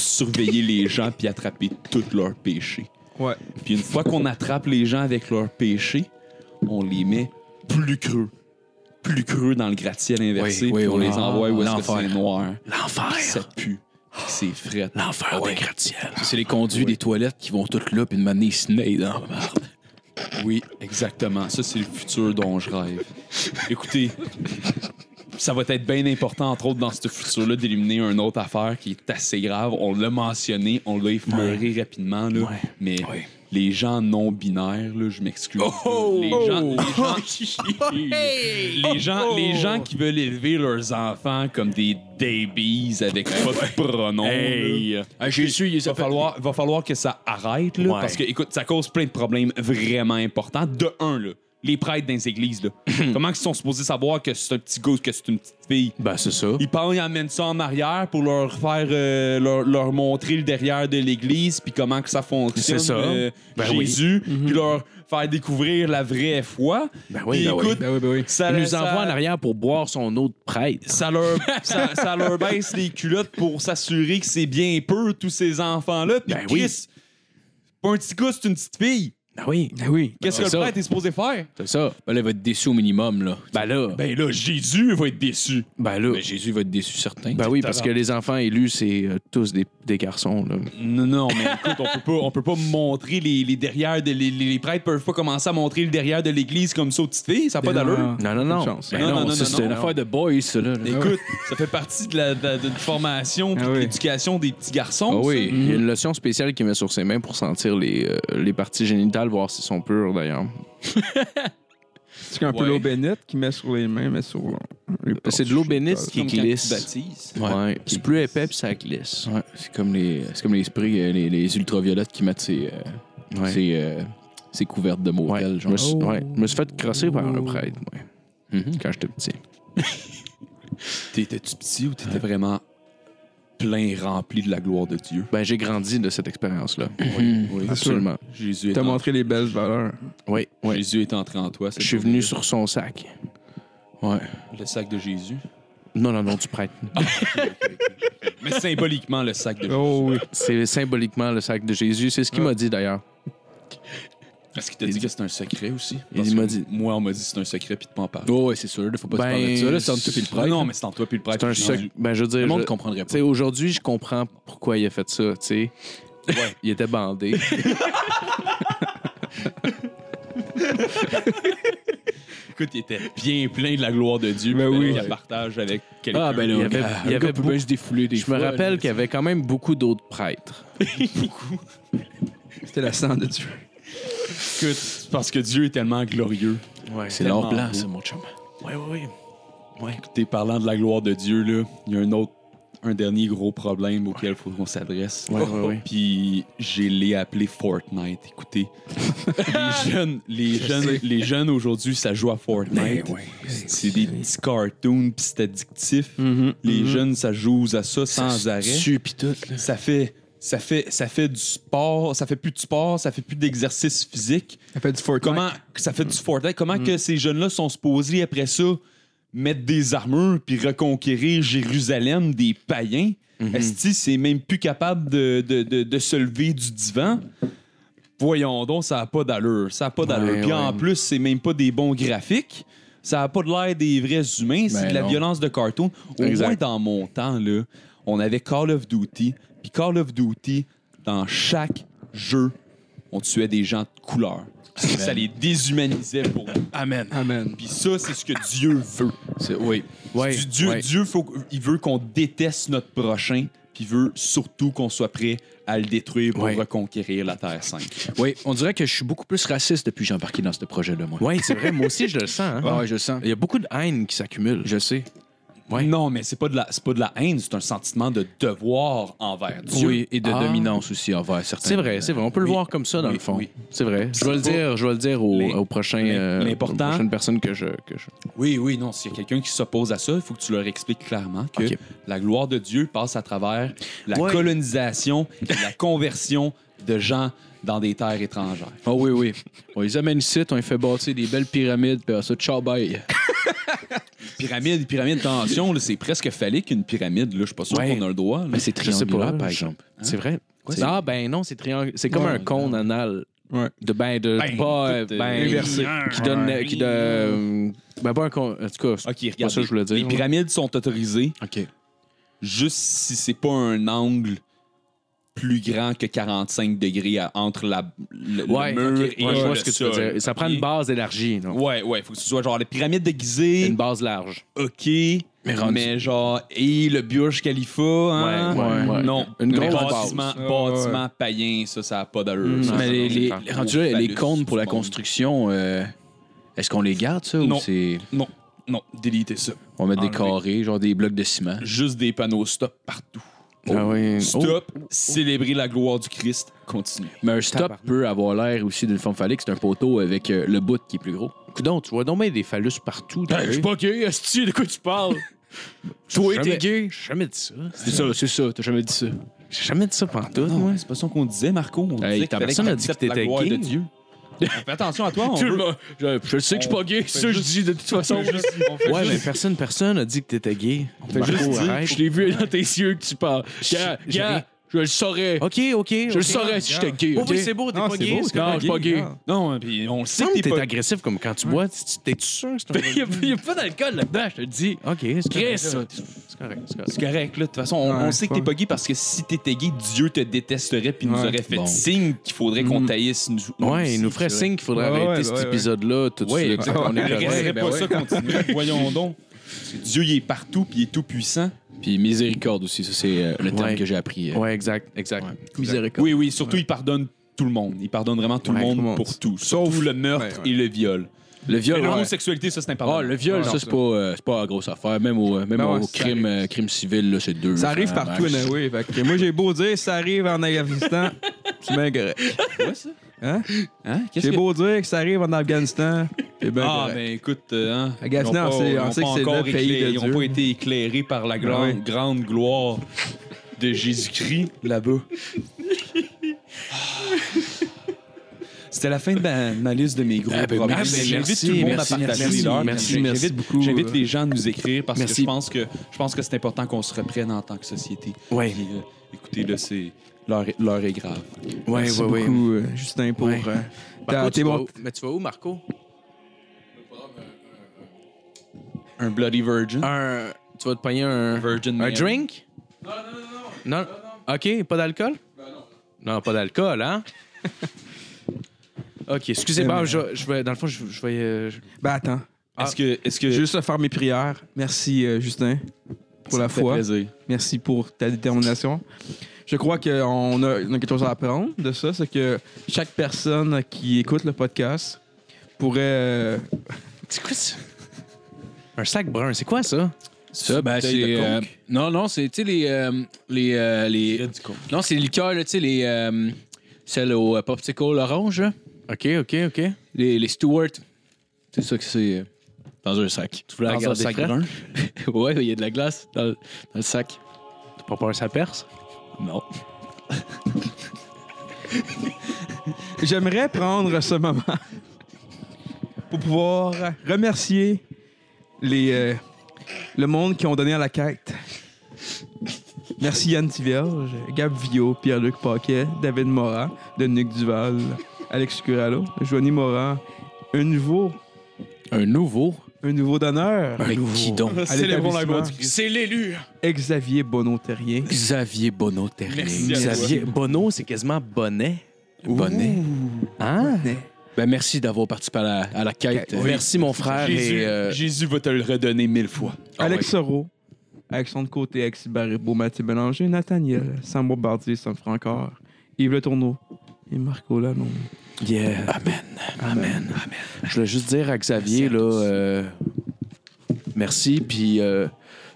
Speaker 4: surveiller les gens puis attraper tous leurs péchés.
Speaker 1: Ouais.
Speaker 4: Puis une fois qu'on attrape les gens avec leurs péchés, on les met plus creux. Plus creux dans le gratte-ciel inversé,
Speaker 3: Oui, oui,
Speaker 4: puis on
Speaker 3: oui.
Speaker 4: les envoie où est-ce que
Speaker 2: l'enfer.
Speaker 4: c'est noir. Puis
Speaker 3: L'enfer.
Speaker 4: ça pue. puis C'est frais. Ah
Speaker 3: L'enfer des gratte-ciels.
Speaker 2: C'est les conduits des toilettes qui vont toutes là, puis de manière, ils se naillent dans la marde.
Speaker 4: Oui, exactement. Ça, c'est le futur dont je rêve. Écoutez, ça va être bien important, entre autres, dans ce futur-là, d'éliminer une autre affaire qui est assez grave. On l'a mentionné, on l'a effleuré rapidement, là, mais
Speaker 2: Ouais. Oh,
Speaker 4: les gens non-binaires, là, je m'excuse. les, gens, les, gens, les, gens,
Speaker 2: Oh,
Speaker 4: les gens qui veulent élever leurs enfants comme des babies avec pas de pronom. là.
Speaker 2: Ah, J'ai su, il
Speaker 4: Il va falloir, va falloir que ça arrête, là,
Speaker 3: Ouais.
Speaker 4: parce que, écoute, ça cause plein de problèmes vraiment importants. De un, là, les prêtres dans les églises, là, comment ils sont supposés savoir que c'est un petit gars ou que c'est une petite fille?
Speaker 3: Ben, c'est ça.
Speaker 4: Ils pensent, ils amènent ça en arrière pour leur faire, euh, leur, leur montrer le derrière de l'église, puis comment que ça fonctionne,
Speaker 3: C'est ça.
Speaker 4: euh,
Speaker 3: Ben oui.
Speaker 4: Jésus, puis leur faire découvrir la vraie foi.
Speaker 3: Ben oui,
Speaker 4: Puis
Speaker 3: ben oui.
Speaker 4: écoute,
Speaker 1: Ben oui, ben oui.
Speaker 4: ça,
Speaker 3: Il nous
Speaker 4: ça-
Speaker 3: envoie en arrière pour boire son eau de prêtre.
Speaker 4: ça leur, ça, ça leur baisse les culottes pour s'assurer que c'est bien peu, tous ces enfants-là. Puis
Speaker 3: Ben oui.
Speaker 4: Chris, pas un petit gars, c'est une petite fille.
Speaker 3: Ben oui,
Speaker 1: Ben oui.
Speaker 3: Ben,
Speaker 4: Qu'est-ce que
Speaker 3: c'est
Speaker 4: le
Speaker 3: ça.
Speaker 4: prêtre est supposé faire?
Speaker 3: c'est ça.
Speaker 2: Ben là, il va être déçu au minimum, là.
Speaker 3: Ben là,
Speaker 4: Ben là, Jésus va être déçu.
Speaker 3: ben là.
Speaker 2: Mais Jésus va être déçu, certain.
Speaker 3: Ben oui, parce que les enfants élus, c'est euh, tous des, des garçons. Là.
Speaker 4: Non, non, mais écoute, on peut pas, on peut pas montrer les, les derrière de les, les- les prêtres peuvent pas commencer à montrer le derrière de l'église comme ça aux petites filles, ça n'a pas d'allure.
Speaker 3: Ben Non, non, non.
Speaker 1: Bonne chance.
Speaker 3: Ben
Speaker 4: Non, non, non,
Speaker 3: ça,
Speaker 4: non,
Speaker 3: c'est
Speaker 4: non,
Speaker 3: une
Speaker 4: non.
Speaker 3: affaire de boys, ça. Là.
Speaker 4: Écoute, ça fait partie de la de la- d'une formation puis
Speaker 1: Ah
Speaker 4: de
Speaker 1: oui.
Speaker 4: l'éducation des petits garçons.
Speaker 3: Ah
Speaker 4: ça.
Speaker 3: oui, il y a une lotion spéciale qu'il met sur ses mains pour sentir les, euh, les parties génitales, voir s'ils sont purs, d'ailleurs.
Speaker 1: C'est un peu
Speaker 4: Ouais.
Speaker 1: l'eau bénite qu'il met sur les mains, mais sur les portes.
Speaker 3: Ben, C'est de l'eau bénite qui
Speaker 4: Comme quand tu
Speaker 3: glisse.
Speaker 4: baptises.
Speaker 3: Ouais. C'est plus épais, puis ça glisse.
Speaker 2: Ouais, c'est comme les, c'est comme les sprays, euh, les, les ultraviolettes qui mettent ces, euh,
Speaker 3: Ouais.
Speaker 2: ces, euh, ces couvertes de
Speaker 3: Ouais,
Speaker 2: motel,
Speaker 3: je
Speaker 2: genre.
Speaker 3: me suis, ouais, je me suis fait crosser par un prêtre, ouais, quand j'étais petit.
Speaker 4: T'étais-tu petit ou t'étais vraiment plein rempli de la gloire de Dieu?
Speaker 3: Ben, j'ai grandi de cette expérience-là.
Speaker 4: Oui. Ah,
Speaker 1: C'est sûr.
Speaker 3: Absolument.
Speaker 4: Jésus est,
Speaker 1: T'as
Speaker 4: en-
Speaker 1: montré les belles valeurs.
Speaker 3: Oui, oui.
Speaker 4: Jésus est entré en toi. c'est
Speaker 3: Je suis
Speaker 4: ton
Speaker 3: venu
Speaker 4: Dieu.
Speaker 3: sur son sac. Ouais.
Speaker 4: le sac de Jésus.
Speaker 3: Non, non, non, du prêtre.
Speaker 4: Mais symboliquement, le sac de Jésus.
Speaker 1: Oh oui.
Speaker 3: C'est symboliquement le sac de Jésus. C'est ce qu'il m'a dit d'ailleurs.
Speaker 4: Est-ce qu'il t'a dit que c'est un secret aussi?
Speaker 3: Il
Speaker 4: Parce
Speaker 3: m'a
Speaker 4: que
Speaker 3: dit-
Speaker 4: Moi, on m'a dit que c'est un secret, puis de m'en parler.
Speaker 2: Oh, ouais, c'est sûr, là, faut pas
Speaker 3: Ben,
Speaker 2: se parler de ça. Là, c'est entre toi et le prêtre.
Speaker 4: Ah Non, mais c'est entre toi puis le prêtre.
Speaker 3: C'est un
Speaker 4: puis
Speaker 3: sec.
Speaker 4: Jésus.
Speaker 3: Ben, je veux dire,
Speaker 2: Le monde
Speaker 3: je-
Speaker 2: comprendrait
Speaker 3: tu
Speaker 2: pas.
Speaker 3: sais, aujourd'hui, je comprends pourquoi il a fait ça. Tu sais,
Speaker 4: Ouais.
Speaker 3: il était bandé.
Speaker 4: Écoute, il était bien plein de la gloire de Dieu.
Speaker 1: Ben
Speaker 4: puis
Speaker 1: oui.
Speaker 4: Il la partage avec quelqu'un.
Speaker 3: Ah, ben là,
Speaker 2: Il y
Speaker 3: il
Speaker 2: avait,
Speaker 3: il y avait beaucoup-
Speaker 2: se défouler des
Speaker 3: Je me
Speaker 2: fois,
Speaker 3: rappelle
Speaker 2: là,
Speaker 3: qu'il y avait quand même beaucoup d'autres prêtres.
Speaker 1: C'était le sang de Dieu.
Speaker 4: Écoute, parce que Dieu est tellement glorieux.
Speaker 3: Ouais.
Speaker 2: C'est l'or
Speaker 4: tellement
Speaker 2: blanc,
Speaker 4: beau.
Speaker 2: ça, mon chum.
Speaker 3: Ouais, ouais, ouais.
Speaker 4: Écoutez, parlant de la gloire de Dieu, là, il y a un autre, un dernier gros problème auquel il faut qu'on s'adresse.
Speaker 3: Ouais, ouais, ouais.
Speaker 4: Puis j'ai les appelé Fortnite. Écoutez, les jeunes, les jeunes, les jeunes aujourd'hui, ça joue à
Speaker 3: Ben
Speaker 4: Fortnite. C'est des petits cartoons, puis c'est addictif.
Speaker 3: Mm-hmm,
Speaker 4: Les jeunes, ça joue à ça sans arrêt.
Speaker 2: Dessus, pis tout, là.
Speaker 4: Ça fait, ça fait, ça fait du sport, ça fait plus de sport, ça fait plus d'exercice physique.
Speaker 1: Ça fait du Fortnite.
Speaker 4: Comment que ça fait du Fortnite? Comment que ces jeunes-là sont supposés après ça mettre des armures puis reconquérir Jérusalem des païens? Esti, c'est même plus capable de, de- de- de se lever du divan. Voyons donc, ça n'a pas d'allure. Ça n'a pas d'allure.
Speaker 3: Ouais,
Speaker 4: puis en
Speaker 3: ouais.
Speaker 4: plus, c'est même pas des bons graphiques. Ça n'a pas de l'air des vrais humains. C'est
Speaker 2: Ben
Speaker 4: de la
Speaker 2: non.
Speaker 4: violence de cartoon. Au
Speaker 3: Exact.
Speaker 4: moins, dans mon temps, là, on avait Call of Duty. Puis Call of Duty, dans chaque jeu, on tuait des gens de couleur. Parce que Ça les déshumanisait pour nous.
Speaker 2: Amen.
Speaker 1: Amen.
Speaker 4: Puis ça, c'est ce que Dieu veut.
Speaker 2: C'est- Oui.
Speaker 3: Ouais,
Speaker 4: Du- Dieu,
Speaker 3: ouais.
Speaker 4: Dieu faut, il veut qu'on déteste notre prochain, puis il veut surtout qu'on soit prêt à le détruire pour
Speaker 2: Ouais.
Speaker 4: reconquérir la Terre Sainte.
Speaker 2: Oui, on dirait que je suis beaucoup plus raciste depuis que j'ai embarqué dans ce projet-là, moi.
Speaker 3: Ouais, c'est vrai, moi aussi je le sens. hein.
Speaker 2: Ah ouais, je le sens.
Speaker 3: Il y a beaucoup de haine qui s'accumule.
Speaker 2: Je sais.
Speaker 4: Non, mais c'est pas de la, c'est pas de la haine, c'est un sentiment de devoir envers Dieu.
Speaker 2: Oui, et de
Speaker 3: Ah.
Speaker 2: dominance aussi envers certains.
Speaker 3: C'est vrai, c'est vrai. On peut le
Speaker 4: Oui,
Speaker 3: voir comme ça dans
Speaker 4: oui,
Speaker 3: le fond.
Speaker 4: oui.
Speaker 3: C'est vrai. Je vais le
Speaker 4: pas-
Speaker 3: dire, je vais le dire au,
Speaker 4: Les-
Speaker 3: au prochain,
Speaker 4: les-
Speaker 3: euh,
Speaker 4: l'important-
Speaker 3: aux prochaines personnes que je, que je-
Speaker 4: Oui, oui, non. S'il y a quelqu'un qui s'oppose à ça, il faut que tu leur expliques clairement que
Speaker 2: Ok.
Speaker 4: la gloire de Dieu passe à travers la
Speaker 2: Ouais.
Speaker 4: colonisation et la conversion de gens dans des terres étrangères.
Speaker 2: Oh oui, oui. On les amène ici, on les fait bâtir des belles pyramides, puis ah, ça, ciao, bye.
Speaker 4: Pyramide, pyramide, attention, là, c'est presque phallique une pyramide. là. Je suis pas sûr
Speaker 3: Ouais.
Speaker 4: qu'on a le droit. là.
Speaker 2: Mais c'est
Speaker 3: Je sais pas,
Speaker 2: triangulaire, par
Speaker 3: je-
Speaker 2: exemple.
Speaker 3: C'est vrai.
Speaker 4: Quoi,
Speaker 3: C'est-
Speaker 4: hein? c'est-
Speaker 3: ah ben non, c'est triangle. C'est comme
Speaker 1: Ouais.
Speaker 3: un cône anal.
Speaker 1: Ouais.
Speaker 3: De ben de pas euh,
Speaker 4: tout, euh,
Speaker 3: ben
Speaker 1: inversé.
Speaker 3: qui donne qui donne euh, ben pas un cône. En tout cas, c'est
Speaker 4: Ok, regarde.
Speaker 3: pas ça que je voulais dire.
Speaker 4: Les pyramides sont autorisées
Speaker 2: OK.
Speaker 4: juste si c'est pas un angle plus grand que 45 degrés à- entre la, le, le
Speaker 3: Ouais,
Speaker 4: mur
Speaker 3: ok.
Speaker 4: et
Speaker 3: Ouais, je
Speaker 4: le
Speaker 3: vois ce que tu veux
Speaker 4: sol,
Speaker 3: dire. Ça
Speaker 4: ok?
Speaker 3: prend une base élargie, non?
Speaker 4: Ouais, ouais, faut que ce soit genre les pyramides déguisées,
Speaker 3: Une base large.
Speaker 4: ok, mais,
Speaker 2: rendu-
Speaker 4: genre, et le Burj Khalifa, hein?
Speaker 3: Ouais, ouais, ouais.
Speaker 4: Non,
Speaker 3: Une
Speaker 4: mais
Speaker 3: grosse
Speaker 4: bâtiment,
Speaker 1: base.
Speaker 4: bâtiment païen, ça, ça n'a pas d'allure.
Speaker 3: Mm.
Speaker 4: ça,
Speaker 3: Mais
Speaker 4: ça,
Speaker 2: les,
Speaker 4: non,
Speaker 2: les,
Speaker 4: c'est
Speaker 2: les-
Speaker 4: un
Speaker 2: rendu là,
Speaker 4: gros
Speaker 2: les
Speaker 4: phallus
Speaker 2: cônes pour
Speaker 4: du
Speaker 2: la
Speaker 4: monde.
Speaker 2: construction, euh, est-ce qu'on les garde, ça,
Speaker 4: Non.
Speaker 2: ou c'est...
Speaker 4: Non, non, délitez ça.
Speaker 2: On met des
Speaker 4: Enlever.
Speaker 2: carrés, genre des blocs de ciment.
Speaker 4: Juste des panneaux stop partout. Oh.
Speaker 3: Ah oui.
Speaker 4: Stop, célébrer la gloire du Christ, continue.
Speaker 2: Mais un stop
Speaker 3: Tabarnak.
Speaker 2: peut avoir l'air aussi d'une forme phallique. C'est un poteau avec euh, le bout qui est plus gros.
Speaker 3: Coudon, tu vois donc ben des phallus partout.
Speaker 2: Ben, je suis
Speaker 3: pas gay, de quoi tu parles?
Speaker 2: Toi,
Speaker 3: t'es
Speaker 2: gay.
Speaker 3: J'ai jamais dit ça.
Speaker 2: C'est ça, c'est ça. T'as jamais dit ça.
Speaker 3: J'ai jamais dit ça pantoute,
Speaker 4: Non,
Speaker 3: moi.
Speaker 4: c'est pas ça qu'on disait, Marco. On
Speaker 2: Hey,
Speaker 4: disait
Speaker 2: ta
Speaker 4: qu'il fallait
Speaker 2: personne
Speaker 4: que
Speaker 2: a dit que
Speaker 4: t'acceptes la
Speaker 3: t'étais
Speaker 4: gloire
Speaker 3: gay.
Speaker 4: de Dieu. Fais attention à toi, on
Speaker 2: Tout le
Speaker 4: veut...
Speaker 2: monde- Je, je sais que je suis pas gay, c'est ça que je dis de toute façon.
Speaker 3: Ouais, mais personne, personne a dit que t'étais gay. On
Speaker 4: fait juste dire-
Speaker 2: Je l'ai vu dans tes yeux que tu parles. Gars,
Speaker 3: j'ai
Speaker 2: gars,
Speaker 3: rien.
Speaker 2: je le saurais.
Speaker 3: Ok, ok.
Speaker 2: Je le saurais si j'étais gay.
Speaker 3: Oh
Speaker 2: ok?
Speaker 3: oui, c'est beau, t'es
Speaker 1: Non,
Speaker 3: pas
Speaker 1: c'est
Speaker 3: gay.
Speaker 1: beau,
Speaker 3: c'est
Speaker 1: c'est
Speaker 2: non,
Speaker 3: correct.
Speaker 2: je suis pas gay. hein.
Speaker 1: non.
Speaker 4: Non, puis on sait
Speaker 3: Non,
Speaker 4: que
Speaker 3: mais
Speaker 4: t'es
Speaker 3: t'es
Speaker 4: pas...
Speaker 3: agressif comme quand tu bois. Tu- T'es sûr que c'est pas
Speaker 2: Il y a- Il n'y a, pas d'alcool là-dedans, je te le dis.
Speaker 3: Ok, c'est
Speaker 2: Chris,
Speaker 3: correct.
Speaker 2: ça.
Speaker 3: C'est correct, c'est correct.
Speaker 4: C'est correct, là. De toute façon, on,
Speaker 1: Ouais,
Speaker 4: on sait que
Speaker 1: ouais.
Speaker 4: t'es pas gay parce que si t'étais gay, Dieu te détesterait puis nous
Speaker 1: Ouais.
Speaker 4: aurait fait
Speaker 2: Bon.
Speaker 4: signe qu'il faudrait qu'on
Speaker 1: Mm.
Speaker 4: taillisse nous.
Speaker 3: Ouais, il nous
Speaker 4: ferait
Speaker 3: ferait signe qu'il faudrait
Speaker 1: Ouais, ouais,
Speaker 3: arrêter
Speaker 1: ouais,
Speaker 3: cet
Speaker 1: ouais.
Speaker 3: épisode-là tout de
Speaker 2: Oui,
Speaker 3: suite.
Speaker 2: exactement.
Speaker 3: On est
Speaker 4: Ne
Speaker 2: Ouais,
Speaker 4: laisserait
Speaker 3: correct.
Speaker 2: ben
Speaker 4: pas
Speaker 2: ouais.
Speaker 4: ça continuer. Voyons donc. Parce que Dieu, il est partout puis il est tout puissant.
Speaker 2: Puis miséricorde aussi, ça, c'est euh, le terme
Speaker 3: Ouais.
Speaker 2: que j'ai appris. euh.
Speaker 3: Ouais, exact, exact.
Speaker 2: Miséricorde.
Speaker 4: Oui, oui, surtout, il pardonne tout le monde. Il pardonne vraiment tout
Speaker 1: Ouais,
Speaker 4: le
Speaker 1: tout le
Speaker 4: monde
Speaker 1: monde.
Speaker 4: pour tout. Sauf le meurtre
Speaker 1: Ouais, ouais.
Speaker 4: et le viol.
Speaker 2: Le viol,
Speaker 4: Mais
Speaker 2: ouais.
Speaker 4: L'homosexualité, ça, c'est important.
Speaker 2: Ah, le viol,
Speaker 1: Ouais,
Speaker 2: ça,
Speaker 1: non,
Speaker 2: c'est
Speaker 1: ça.
Speaker 2: pas, euh, c'est pas une grosse affaire. Même au, même
Speaker 1: Ben ouais,
Speaker 2: au
Speaker 1: ça
Speaker 2: crime,
Speaker 1: arrive.
Speaker 2: euh, crime civil, là, c'est deux.
Speaker 1: Ça arrive
Speaker 2: ans,
Speaker 1: partout,
Speaker 2: max.
Speaker 1: anyway. Fait que moi, j'ai beau dire, ça arrive en Afghanistan, c'est bien correct.
Speaker 4: ça?
Speaker 1: Hein?
Speaker 4: Hein? Qu'est-ce
Speaker 1: J'ai
Speaker 4: que-
Speaker 1: beau dire que ça arrive en Afghanistan, c'est bien Ben,
Speaker 4: Ah,
Speaker 1: correct.
Speaker 4: mais écoute, euh, hein,
Speaker 1: Afghanistan,
Speaker 4: ils ont pas-
Speaker 1: on sait-
Speaker 4: ils
Speaker 1: on
Speaker 4: ont
Speaker 1: sait
Speaker 4: pas
Speaker 1: que c'est le
Speaker 4: encore
Speaker 1: pays de
Speaker 4: éclairé- Ils n'ont
Speaker 1: Dieu. Ben
Speaker 4: pas été éclairés par la grande,
Speaker 1: Ouais.
Speaker 4: grande gloire de Jésus-Christ là-bas. C'était la fin de ma, ma liste de mes gros
Speaker 2: Ah, ben,
Speaker 4: problèmes.
Speaker 2: merci,
Speaker 4: J'invite
Speaker 3: merci,
Speaker 4: tout le monde
Speaker 3: merci,
Speaker 4: à partager
Speaker 3: merci,
Speaker 4: les leurs.
Speaker 3: merci, euh,
Speaker 4: J'invite-
Speaker 1: merci beaucoup.
Speaker 4: J'invite les gens à nous écrire parce que
Speaker 3: Merci.
Speaker 4: je pense que je pense que c'est important qu'on se reprenne en tant que société.
Speaker 3: Ouais.
Speaker 4: Puis, euh, écoutez, là, c'est l'heure est- l'heure est grave.
Speaker 3: Ouais,
Speaker 1: Merci
Speaker 3: ouais, ouais.
Speaker 1: beaucoup, euh, Justin, pour...
Speaker 3: Ouais.
Speaker 1: euh,
Speaker 3: Marco,
Speaker 4: Bah,
Speaker 1: t'as-
Speaker 3: tu
Speaker 1: t'es
Speaker 3: vas
Speaker 1: bon-
Speaker 3: où? Mais tu vas où, Marco?
Speaker 4: Un Bloody Virgin.
Speaker 3: Un... Tu vas te payer un...
Speaker 4: Virgin
Speaker 3: Un
Speaker 4: Mary.
Speaker 3: drink? Non, non, non. Non? OK, pas d'alcool? non. pas d'alcool, hein? OK, excusez-moi,
Speaker 1: Mais-
Speaker 3: je, je vais... Dans le fond, je, je vais... euh, je-
Speaker 1: Ben attends, Ah.
Speaker 4: Est-ce que. Est-ce que.
Speaker 1: Juste faire mes prières. Merci, euh, Justin, pour
Speaker 4: Ça
Speaker 1: la
Speaker 4: me fait
Speaker 1: foi.
Speaker 4: plaisir.
Speaker 1: Merci pour ta détermination. Je crois qu'on a, on a quelque chose à apprendre de ça, c'est que chaque personne qui écoute le podcast pourrait... euh,
Speaker 3: C'est quoi ça? Un sac brun, c'est quoi ça?
Speaker 2: Ça, ben,
Speaker 3: Bouteille de
Speaker 2: c'est. euh,
Speaker 3: Coke.
Speaker 2: non, non, c'est, tu sais, les. euh, les, euh, les non, c'est les liqueurs, là, tu sais, les. euh, celles au euh, popsicle orange, là.
Speaker 3: OK, OK, OK.
Speaker 2: les, les Stewart. C'est ça que c'est. euh, Dans un sac. Tu voulais
Speaker 3: la garder frais?
Speaker 2: ouais, il y a de la glace dans, le- dans le sac.
Speaker 3: T'as pas peur que ça perce?
Speaker 2: Non.
Speaker 1: J'aimerais prendre ce moment pour pouvoir remercier les, euh, le monde qui ont donné à la quête. Merci Yann Tivierge, Gab Vio, Pierre-Luc Paquet, David Morin, Dominique Duval, Alex Curalo, Joanie Morin, un nouveau,
Speaker 2: Un nouveau.
Speaker 1: un nouveau d'honneur.
Speaker 2: Mais qui donc
Speaker 1: à l'établissement.
Speaker 3: C'est l'élu!
Speaker 1: Xavier Bonneau-Terrien.
Speaker 2: Xavier Bonneau Terrien.
Speaker 4: Merci à
Speaker 3: Xavier Bono, c'est quasiment Bonnet.
Speaker 2: Bonnet.
Speaker 3: Hein?
Speaker 2: Ben, merci d'avoir participé à la, à la quête. euh,
Speaker 1: Oui.
Speaker 3: Merci, mon
Speaker 1: Ah,
Speaker 3: frère.
Speaker 4: Jésus,
Speaker 3: Et, euh,
Speaker 4: Jésus va te le redonner mille fois.
Speaker 1: Alex Soro, Alexandre Côté, Alexis Barrebeau, Mathieu Bélanger, Nathaniel, Sam Bombardier, Sam Francard, Yves Le Tourneau et Marco Lalonde.
Speaker 3: yeah. Amen. Amen. Je voulais juste dire à Xavier,
Speaker 2: Merci à
Speaker 3: là,
Speaker 2: tous.
Speaker 3: euh, merci, puis euh,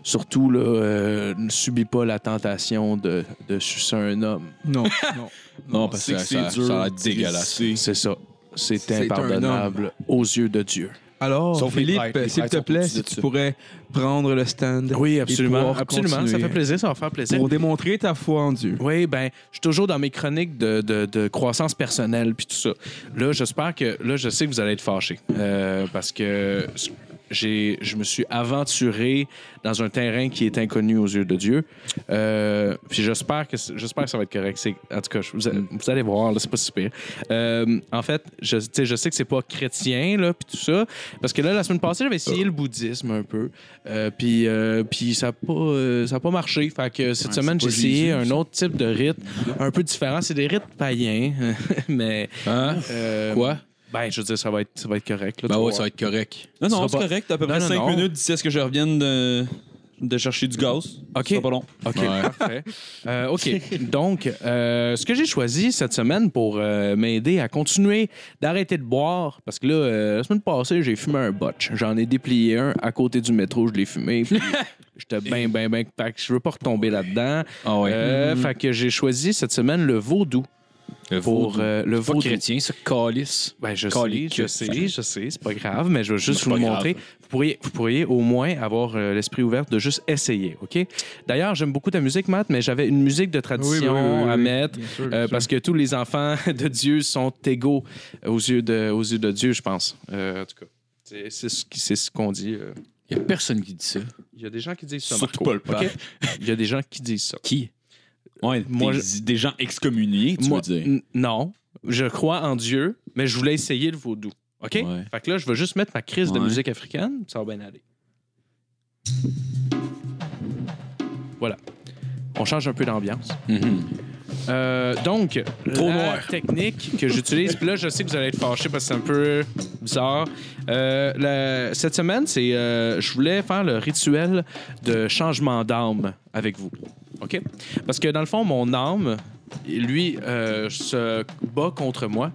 Speaker 3: surtout, là, euh, ne subis pas la tentation de, de sucer un homme.
Speaker 1: Non, non.
Speaker 2: Non, parce que ça, ça a l'air dégueulasse.
Speaker 3: C'est ça. C'est
Speaker 1: C'est
Speaker 3: impardonnable aux yeux de Dieu.
Speaker 1: Alors,
Speaker 4: Sauf les
Speaker 1: Philippe,
Speaker 4: prêtres. Les
Speaker 1: s'il
Speaker 4: prêtres
Speaker 1: te
Speaker 4: sont
Speaker 1: plaît,
Speaker 4: au-dessus
Speaker 1: si
Speaker 4: de
Speaker 1: tu
Speaker 4: ça.
Speaker 1: pourrais prendre le stand.
Speaker 3: Oui,
Speaker 1: Et
Speaker 3: absolument.
Speaker 1: pouvoir
Speaker 3: Absolument. Ça
Speaker 1: continuer.
Speaker 3: fait plaisir, ça va faire plaisir.
Speaker 1: Pour démontrer ta foi en Dieu.
Speaker 3: Oui, ben, je suis toujours dans mes chroniques de, de- de croissance personnelle puis tout ça. Là, j'espère que là, je sais que vous allez être fâchés euh, parce que j'ai, je me suis aventuré dans un terrain qui est inconnu aux yeux de Dieu. Euh, puis j'espère que c- j'espère que ça va être correct. C'est- en tout cas, je- vous, a- vous allez voir, là, c'est pas si pire. Euh, en fait, je, tu sais, je sais que c'est pas chrétien là puis tout ça parce que là, la semaine passée, j'avais essayé le bouddhisme un peu. Euh, puis euh, puis ça a pas euh, ça a pas marché. Fait que cette semaine,
Speaker 4: pas
Speaker 3: j'ai essayé
Speaker 4: Jésus,
Speaker 3: un autre type de rite, un peu différent. C'est des rites païens, mais
Speaker 2: Hein?
Speaker 3: euh,
Speaker 2: Quoi?
Speaker 3: Ben, je veux dire, ça va être ça va être correct. Là,
Speaker 2: Ben
Speaker 3: tu
Speaker 2: ouais,
Speaker 3: vas
Speaker 2: ça va être correct.
Speaker 4: Non, non,
Speaker 3: sera
Speaker 4: c'est
Speaker 3: pas-
Speaker 4: correct. T'as à peu
Speaker 3: Non,
Speaker 4: près
Speaker 3: non,
Speaker 4: 5
Speaker 3: non.
Speaker 4: minutes d'ici à ce que je revienne de, de chercher du gaz.
Speaker 3: OK.
Speaker 4: C'est pas long.
Speaker 3: OK,
Speaker 2: Ouais.
Speaker 3: parfait. Euh, OK. Donc, euh, ce que j'ai choisi cette semaine pour euh, m'aider à continuer d'arrêter de boire, parce que là, euh, la semaine passée, j'ai fumé un botch. J'en ai déplié un à côté du métro, je l'ai fumé. puis J'étais bien, bien, bien. Fait que je veux pas retomber là-dedans.
Speaker 2: Ah ouais.
Speaker 3: Euh, Fait que j'ai choisi cette semaine le vaudou.
Speaker 2: le
Speaker 3: Pour
Speaker 2: vaudou.
Speaker 3: euh, le
Speaker 2: Pas
Speaker 3: vaudou.
Speaker 2: chrétien, ce calice.
Speaker 3: Ben, je
Speaker 2: Calique.
Speaker 3: sais, je sais, je sais, c'est pas grave, mais je veux juste
Speaker 2: C'est
Speaker 3: vous
Speaker 2: pas
Speaker 3: le
Speaker 2: grave.
Speaker 3: montrer. Vous pourriez, vous pourriez au moins avoir euh, l'esprit ouvert de juste essayer, OK? D'ailleurs, j'aime beaucoup ta musique, Matt, mais j'avais une musique de tradition à mettre.
Speaker 1: Bien sûr,
Speaker 3: euh,
Speaker 1: bien sûr.
Speaker 3: parce que tous les enfants de Dieu sont égaux aux yeux de, aux yeux de Dieu, je pense. Euh, en tout cas, c'est c'est ce qui- c'est ce qu'on dit. euh.
Speaker 2: Il y a personne qui dit ça.
Speaker 3: Il y a des gens qui disent ça,
Speaker 4: Surtout
Speaker 3: Marco.
Speaker 4: pas le pape.
Speaker 3: OK? Il y a des gens qui disent ça.
Speaker 2: Qui?
Speaker 4: Ouais,
Speaker 3: Moi,
Speaker 4: des, des gens excommuniés, tu
Speaker 3: Moi,
Speaker 4: veux dire.
Speaker 3: n- Non, je crois en Dieu, mais je voulais essayer le vaudou. OK?
Speaker 2: Ouais.
Speaker 3: Fait que là, je vais juste mettre ma crise de
Speaker 4: Ouais.
Speaker 3: musique africaine, ça va bien aller. Voilà. On change un peu d'ambiance.
Speaker 4: Mm-hmm.
Speaker 3: Euh, donc,
Speaker 2: Trop
Speaker 3: la
Speaker 2: noir.
Speaker 3: technique que j'utilise, puis là, je sais que vous allez être fâchés parce que c'est un peu bizarre. Euh, la- cette semaine, c'est, euh, je voulais faire le rituel de changement d'âme avec vous. OK? Parce que dans le fond, mon âme, lui, euh, se bat contre moi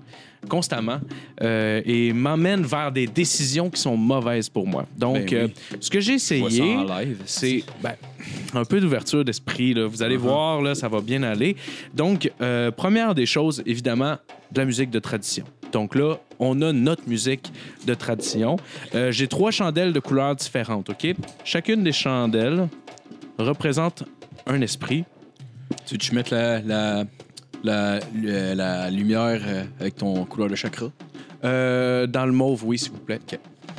Speaker 3: constamment euh, et m'emmène vers des décisions qui sont mauvaises pour moi. Donc,
Speaker 2: Ben
Speaker 3: euh, ce que j'ai
Speaker 4: Je vois ça
Speaker 3: essayé,
Speaker 4: en live.
Speaker 3: c'est ben, un peu d'ouverture d'esprit. là. Vous
Speaker 4: Uh-huh.
Speaker 3: allez voir, là, ça va bien aller. Donc, euh, première des choses, évidemment, de la musique de tradition. Donc là, on a notre musique de tradition. Euh, J'ai trois chandelles de couleurs différentes, OK? Chacune des chandelles représente un esprit.
Speaker 2: Tu veux que je mette la, la, la, la, la lumière euh, avec ton couleur de chakra?
Speaker 3: Euh, dans le mauve, oui, s'il vous plaît.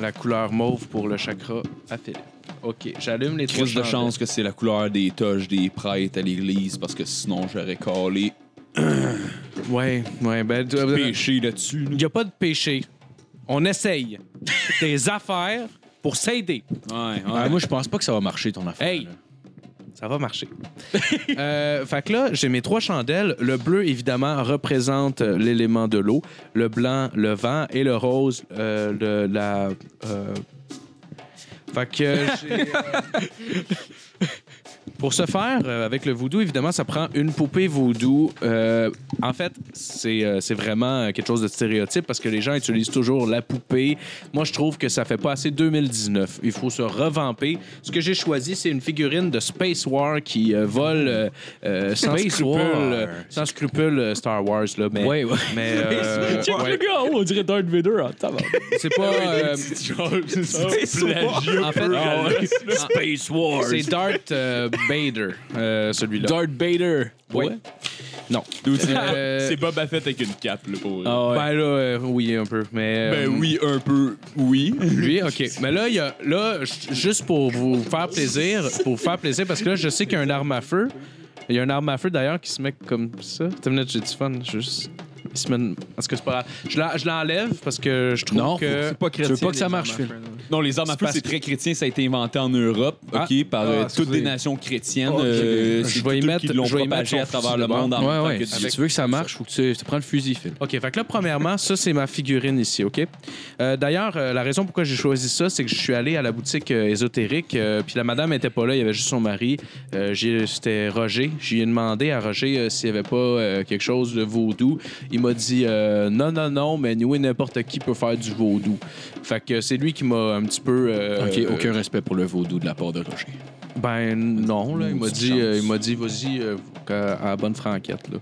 Speaker 3: La couleur mauve pour le chakra à Philippe. OK, j'allume les trois
Speaker 4: Crise de
Speaker 3: chandelles.
Speaker 4: chance que c'est la couleur des toges des prêtres à l'église parce que sinon j'aurais calé
Speaker 3: Ouais, ouais. Ben, tu-
Speaker 4: péché là-dessus.
Speaker 3: Il n'y a pas de péché. On essaye des affaires pour s'aider.
Speaker 4: Ouais,
Speaker 2: Ah, moi, je pense pas que ça va marcher, ton affaire.
Speaker 3: Hey!
Speaker 2: là.
Speaker 3: Ça va marcher. Euh, fait que là, j'ai mes trois chandelles. Le bleu, évidemment, représente euh, l'élément de l'eau. Le blanc, le vent. Et le rose, euh, le- la euh, Fait que euh, j'ai, euh, Pour ce faire, euh, avec le voodoo, évidemment, ça prend une poupée voodoo. Euh, en fait, c'est euh, c'est vraiment euh, quelque chose de stéréotype parce que les gens utilisent toujours la poupée. Moi, je trouve que ça fait pas assez 2019. Il faut se revamper. Ce que j'ai choisi, c'est une figurine de Space War qui euh, vole euh, euh, sans
Speaker 2: Space
Speaker 3: scrupule,
Speaker 2: War.
Speaker 3: euh, sans scrupule, euh, Star Wars. Là, mais,
Speaker 2: Ouais, ouais.
Speaker 3: mais, euh,
Speaker 4: Check
Speaker 3: ouais.
Speaker 4: le gars en haut, on dirait Darth Vader. Ah, t'as
Speaker 3: c'est pas. euh, en fait,
Speaker 4: Ah
Speaker 2: euh, Space War.
Speaker 3: c'est Darth euh, Vader, euh, celui-là.
Speaker 2: Darth Vader.
Speaker 3: Ouais. Non. Euh,
Speaker 4: C'est Boba Fett avec une cape, le pauvre.
Speaker 2: Ah ouais.
Speaker 3: Ben là, euh, oui, un peu. Mais,
Speaker 4: Ben
Speaker 3: euh,
Speaker 4: oui, un peu, oui.
Speaker 3: Lui, OK. Mais là, il y a, là, j- juste pour vous faire plaisir, pour vous faire plaisir, parce que là, je sais qu'il y a une arme à feu. Il y a une arme à feu, d'ailleurs, qui se met comme ça. T'as une minute, j'ai du fun. Juste... Il se met... une- Est-ce que c'est pas grave? Je la- Je l'enlève parce que je trouve
Speaker 2: Non,
Speaker 3: que...
Speaker 1: C'est pas
Speaker 2: tu veux
Speaker 1: chrétien.
Speaker 2: pas que ça
Speaker 1: les
Speaker 2: marche,
Speaker 1: armes à
Speaker 2: Phil.
Speaker 1: feu, là.
Speaker 4: Non, les armes à feu, c'est très chrétien. Ça a été inventé en Europe,
Speaker 3: Ah. Oh,
Speaker 4: OK, par euh,
Speaker 1: Ah,
Speaker 4: toutes
Speaker 1: excusez.
Speaker 4: des nations chrétiennes.
Speaker 1: Ok.
Speaker 4: euh,
Speaker 3: Je
Speaker 4: c'est
Speaker 3: vais y
Speaker 4: eux
Speaker 3: mettre-
Speaker 4: qui l'ont
Speaker 3: je vais y
Speaker 4: propagé à
Speaker 3: mettre son
Speaker 4: travers le
Speaker 3: fusil de
Speaker 4: monde en
Speaker 2: Ouais,
Speaker 4: même temps
Speaker 2: ouais.
Speaker 4: que
Speaker 2: Si
Speaker 4: Dieu.
Speaker 2: tu veux que ça marche, faut que tu, tu prends le fusil, Phil.
Speaker 3: OK, fait que là, premièrement, ça, c'est ma figurine ici, OK? Euh, D'ailleurs, euh, la raison pourquoi j'ai choisi ça, c'est que je suis allé à la boutique euh, ésotérique, euh, puis la madame était pas là, il y avait juste son mari. Euh, j'ai- C'était Roger. J'ai demandé à Roger euh, s'il y avait pas euh, quelque chose de vaudou. Il m'a dit euh, non, non, non, mais nous, n'importe qui peut faire du vaudou. Fait que c'est lui qui m'a un petit peu... euh,
Speaker 2: OK, aucun respect pour le vaudou de la part de Roger.
Speaker 3: Ben non, là, il m'a
Speaker 2: Maudite
Speaker 3: dit,
Speaker 2: chance.
Speaker 3: euh, il m'a dit vas-y euh, à, à la bonne franquette, là.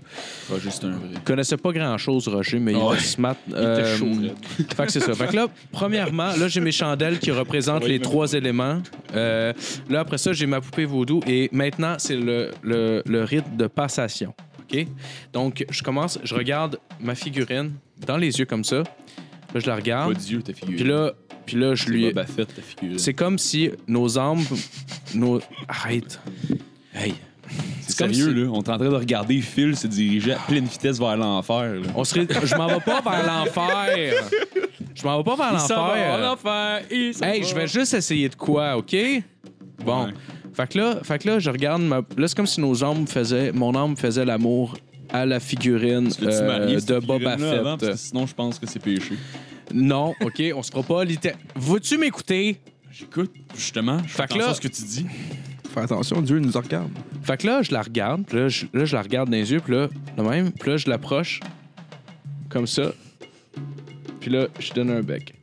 Speaker 2: Roger, c'est un vrai.
Speaker 3: Je connaissais pas grand-chose, Roger, mais
Speaker 2: Ouais.
Speaker 3: il était smart. Il
Speaker 2: était chaud,
Speaker 3: fait que c'est ça. Fait que là, premièrement, là, j'ai mes chandelles qui représentent les trois éléments. Euh, là, après ça, j'ai ma poupée vaudou. Et maintenant, c'est le, le, le rite de passation. OK? Donc, je commence, je regarde ma figurine dans les yeux comme ça. Là, je la
Speaker 4: Pas
Speaker 3: regarde.
Speaker 4: Dieu, ta figurine.
Speaker 3: Hein? Puis là, puis là je
Speaker 4: C'est
Speaker 3: lui...
Speaker 4: Boba Fett, ta figurine.
Speaker 3: C'est comme si nos âmes... Nos... Arrête. Hey.
Speaker 4: C'est
Speaker 3: comme
Speaker 4: sérieux,
Speaker 3: si-
Speaker 4: là. On est en train de regarder Phil se diriger à pleine vitesse vers l'enfer. là.
Speaker 3: On serait... Je m'en vais pas vers l'enfer. Je m'en vais pas vers l'enfer.
Speaker 2: euh,
Speaker 3: Hey, je vais juste essayer de quoi, OK? Bon.
Speaker 4: Ouais.
Speaker 3: Fait, que là, fait que là, je regarde ma. Là, c'est comme si nos âmes faisaient. Mon âme faisait l'amour à la figurine
Speaker 4: Est-ce que tu
Speaker 3: euh,
Speaker 4: mariais cette
Speaker 3: de Boba
Speaker 4: figurine-là
Speaker 3: Fett.
Speaker 4: avant? Parce que sinon, je pense que c'est péché.
Speaker 3: Non, OK, on se fera pas littéralement. Veux-tu m'écouter?
Speaker 4: J'écoute, justement. Je fais
Speaker 3: Fait que
Speaker 4: attention
Speaker 3: là-
Speaker 4: à ce que tu dis.
Speaker 1: Fais attention, Dieu nous regarde.
Speaker 3: Fait que là, je la regarde, puis là, je, là, je la regarde dans les yeux, puis là, de même, puis là, je l'approche, comme ça, puis là, je donne un bec.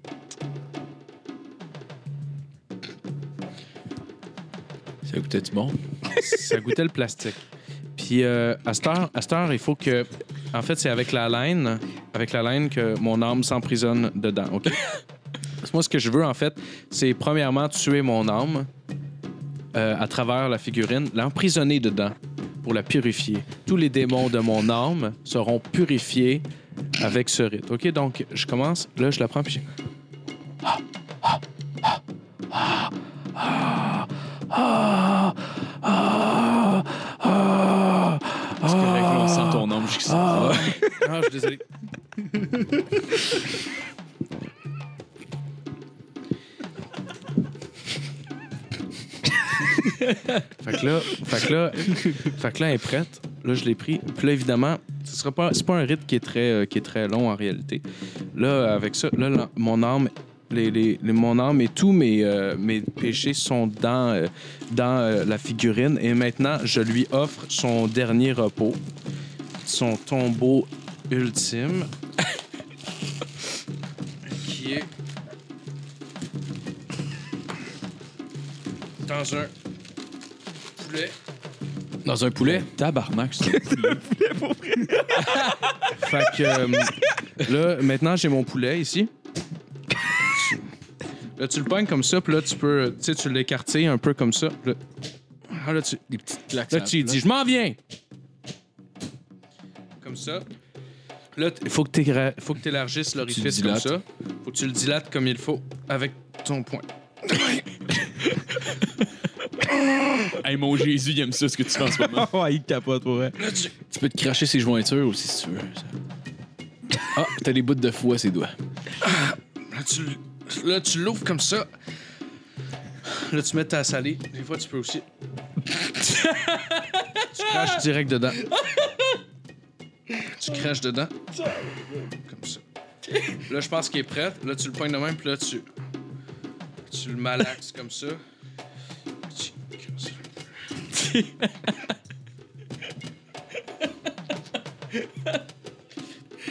Speaker 2: Ça goûtait du bon.
Speaker 3: ça goûtait le plastique. Puis euh, à, cette heure, à cette heure, il faut que. En fait, c'est avec la laine, avec la laine que mon âme s'emprisonne dedans. Ok. Parce que Moi, ce que je veux en fait, c'est premièrement tuer mon âme euh, à travers la figurine, l'emprisonner dedans pour la purifier. Tous les démons de mon âme seront purifiés avec ce rite. Ok. Donc, je commence. Là, je la prends puis. je-
Speaker 4: C'est correct, là, on sent ton homme jusqu'ici.
Speaker 3: Ah, je suis désolé. fait que là, fait que là, fait que là, elle est prête. Là, je l'ai pris. Puis là, évidemment, ce sera pas, c'est pas un rite qui est très, euh, qui est très long en réalité. Là, avec ça, là, la- mon âme, les, les- les- mon âme et tous mes, euh, mes péchés sont dans, euh, dans euh, la figurine. Et maintenant, je lui offre son dernier repos, son tombeau ultime, qui est dans un poulet.
Speaker 2: Dans un poulet?
Speaker 4: Tabarnak, ça.
Speaker 3: Fait que euh, là, maintenant, j'ai mon poulet ici. Là, tu le pognes comme ça, puis là, tu peux, tu sais, tu l'écarter un peu comme ça. puis Là, Ah, là, tu,
Speaker 2: Des petites claques.
Speaker 3: là, tu lui dis, je m'en viens! Comme ça. Là, il faut que t'égra- faut que t'élargisses l'orifice
Speaker 2: Tu
Speaker 3: comme
Speaker 2: dilates.
Speaker 3: ça. Faut que tu le dilates comme il faut, avec ton poing.
Speaker 4: hey, mon Jésus, il aime ça ce que tu fais en ce moment.
Speaker 1: ouais, il capote pour vrai.
Speaker 2: Tu peux te cracher ses jointures aussi si tu veux. ça. Ah, t'as des bouts de fou à ses doigts.
Speaker 3: Là, tu, là, tu l'ouvres comme ça. Là, tu mets ta salée. Des fois, tu peux aussi. tu craches direct dedans. tu craches dedans. Comme ça. Là, je pense qu'il est prêt. Là, tu le pognes de même, puis là, tu. Tu le malaxes comme ça. Tu-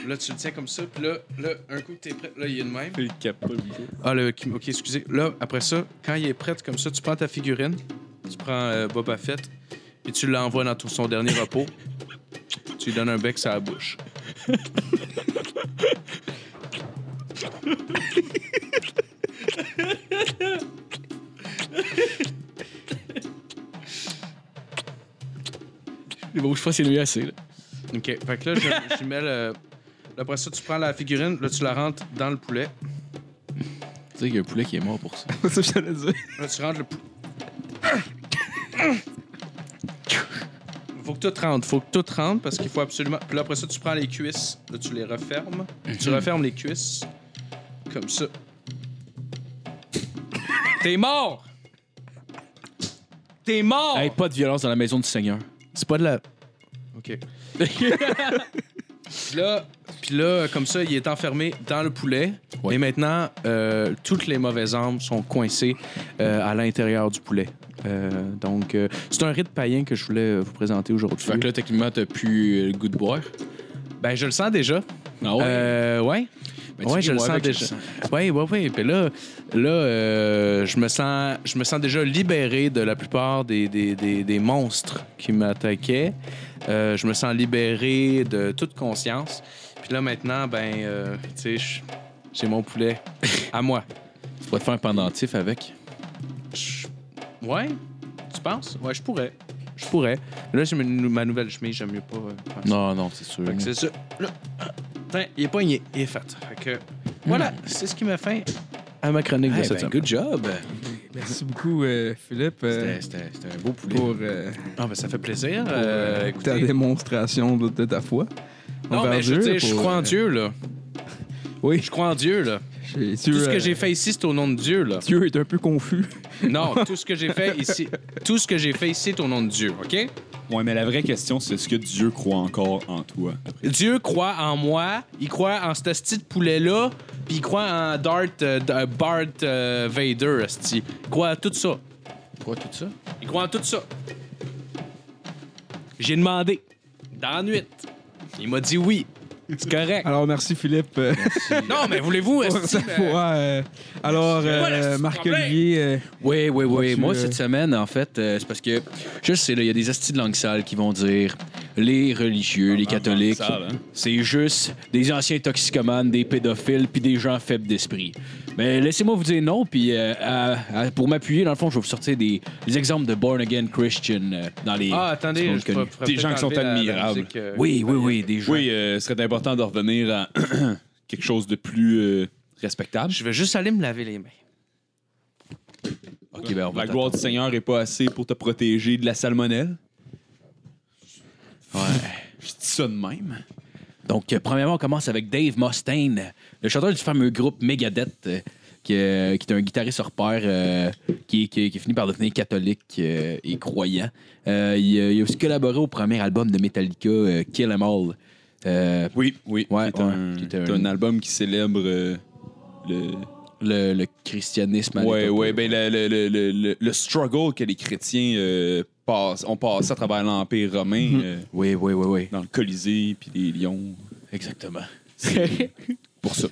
Speaker 3: Là, tu le tiens comme ça, puis là, là, un coup que t'es prêt, là, il est le même.
Speaker 4: Fais le capot.
Speaker 3: Ah, le kim- ok, excusez. Là, après ça, quand il est prêt comme ça, tu prends ta figurine, tu prends euh, Boba Fett, et tu l'envoies dans tout son dernier repos. Tu lui donnes un bec sur la bouche.
Speaker 2: Bon, je pense que c'est lui assez. Là.
Speaker 3: Ok, fait que là, je, je mets le. là, Après ça, tu prends la figurine, là, tu la rentres dans le poulet.
Speaker 2: Tu sais qu'il y a un poulet qui est mort pour ça.
Speaker 1: C'est ça que j'allais dire.
Speaker 3: Là, tu rentres le poulet. Faut que tout rentre, faut que tout rentre parce qu'il faut absolument. Puis là, après ça, tu prends les cuisses, là, tu les refermes. Tu refermes les cuisses, comme ça. T'es mort! T'es mort!
Speaker 2: Hey, pas de violence dans la maison du Seigneur.
Speaker 3: C'est pas de la. OK. là, puis là, comme ça, il est enfermé dans le poulet.
Speaker 2: Ouais.
Speaker 3: Et maintenant, euh, toutes les mauvaises âmes sont coincées euh, à l'intérieur du poulet. Euh, donc, euh, c'est un rite païen que je voulais euh, vous présenter aujourd'hui.
Speaker 2: Fait que là, techniquement, t'as plus euh, le goût de boire.
Speaker 3: Ben, je le sens déjà.
Speaker 2: Ah
Speaker 3: Euh, ouais.
Speaker 2: Ben, tu
Speaker 3: ouais,
Speaker 2: dis,
Speaker 3: je le
Speaker 2: moi,
Speaker 3: sens
Speaker 2: avec,
Speaker 3: déjà. Ouais, ouais, ouais. Puis là, là euh, je, me sens, je me sens déjà libéré de la plupart des, des, des, des monstres qui m'attaquaient. Euh, je me sens libéré de toute conscience. Puis là, maintenant, ben, euh, tu sais, je- j'ai mon poulet à moi.
Speaker 2: Tu pourrais te faire un pendentif avec.
Speaker 3: Je- Ouais? Tu penses? Ouais, je pourrais. Je pourrais. Mais là, j'ai ma, ma nouvelle chemise, j'aime mieux pas. euh, faire ça.
Speaker 2: Non, non, c'est sûr.
Speaker 3: Fait que c'est ça. Là. Tiens, il est pogné, il est fait. Fait que, Voilà, c'est ce qui m'a fait Mm. à ma chronique de
Speaker 2: Hey,
Speaker 3: cette
Speaker 2: ben,
Speaker 3: semaine.
Speaker 2: good job.
Speaker 1: Merci beaucoup, euh, Philippe, euh,
Speaker 2: C'était- C'était c'était un beau poulet.
Speaker 1: pour euh,
Speaker 3: Ah, ben, ça fait plaisir. euh,
Speaker 1: ta
Speaker 3: écoutez.
Speaker 1: démonstration de, de ta foi.
Speaker 3: Non,
Speaker 1: envers
Speaker 3: mais je veux
Speaker 1: Dieu,
Speaker 3: dire, je
Speaker 1: pour,
Speaker 3: crois en
Speaker 1: euh,
Speaker 3: Dieu, là.
Speaker 1: Oui,
Speaker 3: Je crois en Dieu, là.
Speaker 1: j'ai-
Speaker 3: Tout
Speaker 1: Dieu,
Speaker 3: ce
Speaker 1: euh,
Speaker 3: que j'ai fait ici, c'est au nom de Dieu, là.
Speaker 1: Dieu est un peu confus.
Speaker 3: Non, tout ce que j'ai fait ici, tout ce que j'ai fait ici, c'est au nom de Dieu, OK?
Speaker 4: Ouais, mais la vraie question, c'est est-ce que Dieu croit encore en toi?
Speaker 3: Dieu croit en moi, il croit en cet asti de poulet-là, puis il croit en Darth, euh, D- euh, Bart euh, Vader, asti. Il croit à tout ça.
Speaker 2: Quoi, tout ça?
Speaker 3: Il croit en tout ça. J'ai demandé, dans la nuit. Il m'a dit oui. C'est correct.
Speaker 1: Alors, merci, Philippe. euh,
Speaker 3: Non, mais
Speaker 1: pour
Speaker 3: voulez-vous, esti,
Speaker 1: ta foi, euh, alors,
Speaker 3: ben, c'est pas
Speaker 1: euh,
Speaker 3: le
Speaker 1: Marc
Speaker 3: problème.
Speaker 1: Olivier, euh,
Speaker 2: Oui, oui, oui.
Speaker 1: Vois-tu,
Speaker 2: Moi,
Speaker 1: euh,
Speaker 2: cette semaine, en fait, euh, c'est parce que, je sais, là, il y a des astis de langue sale qui vont dire les religieux, les catholiques,
Speaker 4: sale, hein?
Speaker 2: c'est juste des anciens toxicomanes, des pédophiles, puis des gens faibles d'esprit. Mais laissez-moi vous dire non, puis euh, à- à- pour m'appuyer, dans le fond, je vais vous sortir des, des exemples de born-again Christian euh, dans les...
Speaker 3: Ah, attendez,
Speaker 2: connus.
Speaker 3: je ferais- ferais
Speaker 4: Des gens
Speaker 3: peut-être
Speaker 4: qui sont
Speaker 3: enlever la- la
Speaker 4: admirables.
Speaker 3: musique, euh,
Speaker 2: Oui, oui, oui, des gens.
Speaker 4: Oui, euh, ce serait important de revenir à quelque chose de plus euh, respectable.
Speaker 3: Je vais juste aller me laver les mains.
Speaker 2: OK, ben, on va
Speaker 4: la gloire du Seigneur est pas assez pour te protéger de la salmonelle.
Speaker 2: t'attendre. Ouais.
Speaker 4: Je dis ça de même.
Speaker 2: Donc, euh, premièrement, on commence avec Dave Mustaine, le chanteur du fameux groupe Megadeth, euh, qui, euh, qui est un guitariste hors pair, euh, qui, qui, qui finit par devenir catholique euh, et croyant. Euh, il, a- il a aussi collaboré au premier album de Metallica, euh, Kill 'Em All. Euh,
Speaker 4: Oui, oui.
Speaker 2: Ouais,
Speaker 4: c'est
Speaker 2: ouais,
Speaker 4: un,
Speaker 2: qui est
Speaker 4: c'est
Speaker 2: un-
Speaker 4: un album qui célèbre euh, le.
Speaker 2: le, le christianisme. à
Speaker 4: Ouais,
Speaker 2: l'époque.
Speaker 4: ouais, ben le, le- le- le- le- le struggle que les chrétiens euh, passent, ont passé à travers l'Empire romain, euh,
Speaker 2: Oui, oui, oui, oui.
Speaker 4: dans le Colisée, puis les lions,
Speaker 2: Exactement.
Speaker 4: pour ça,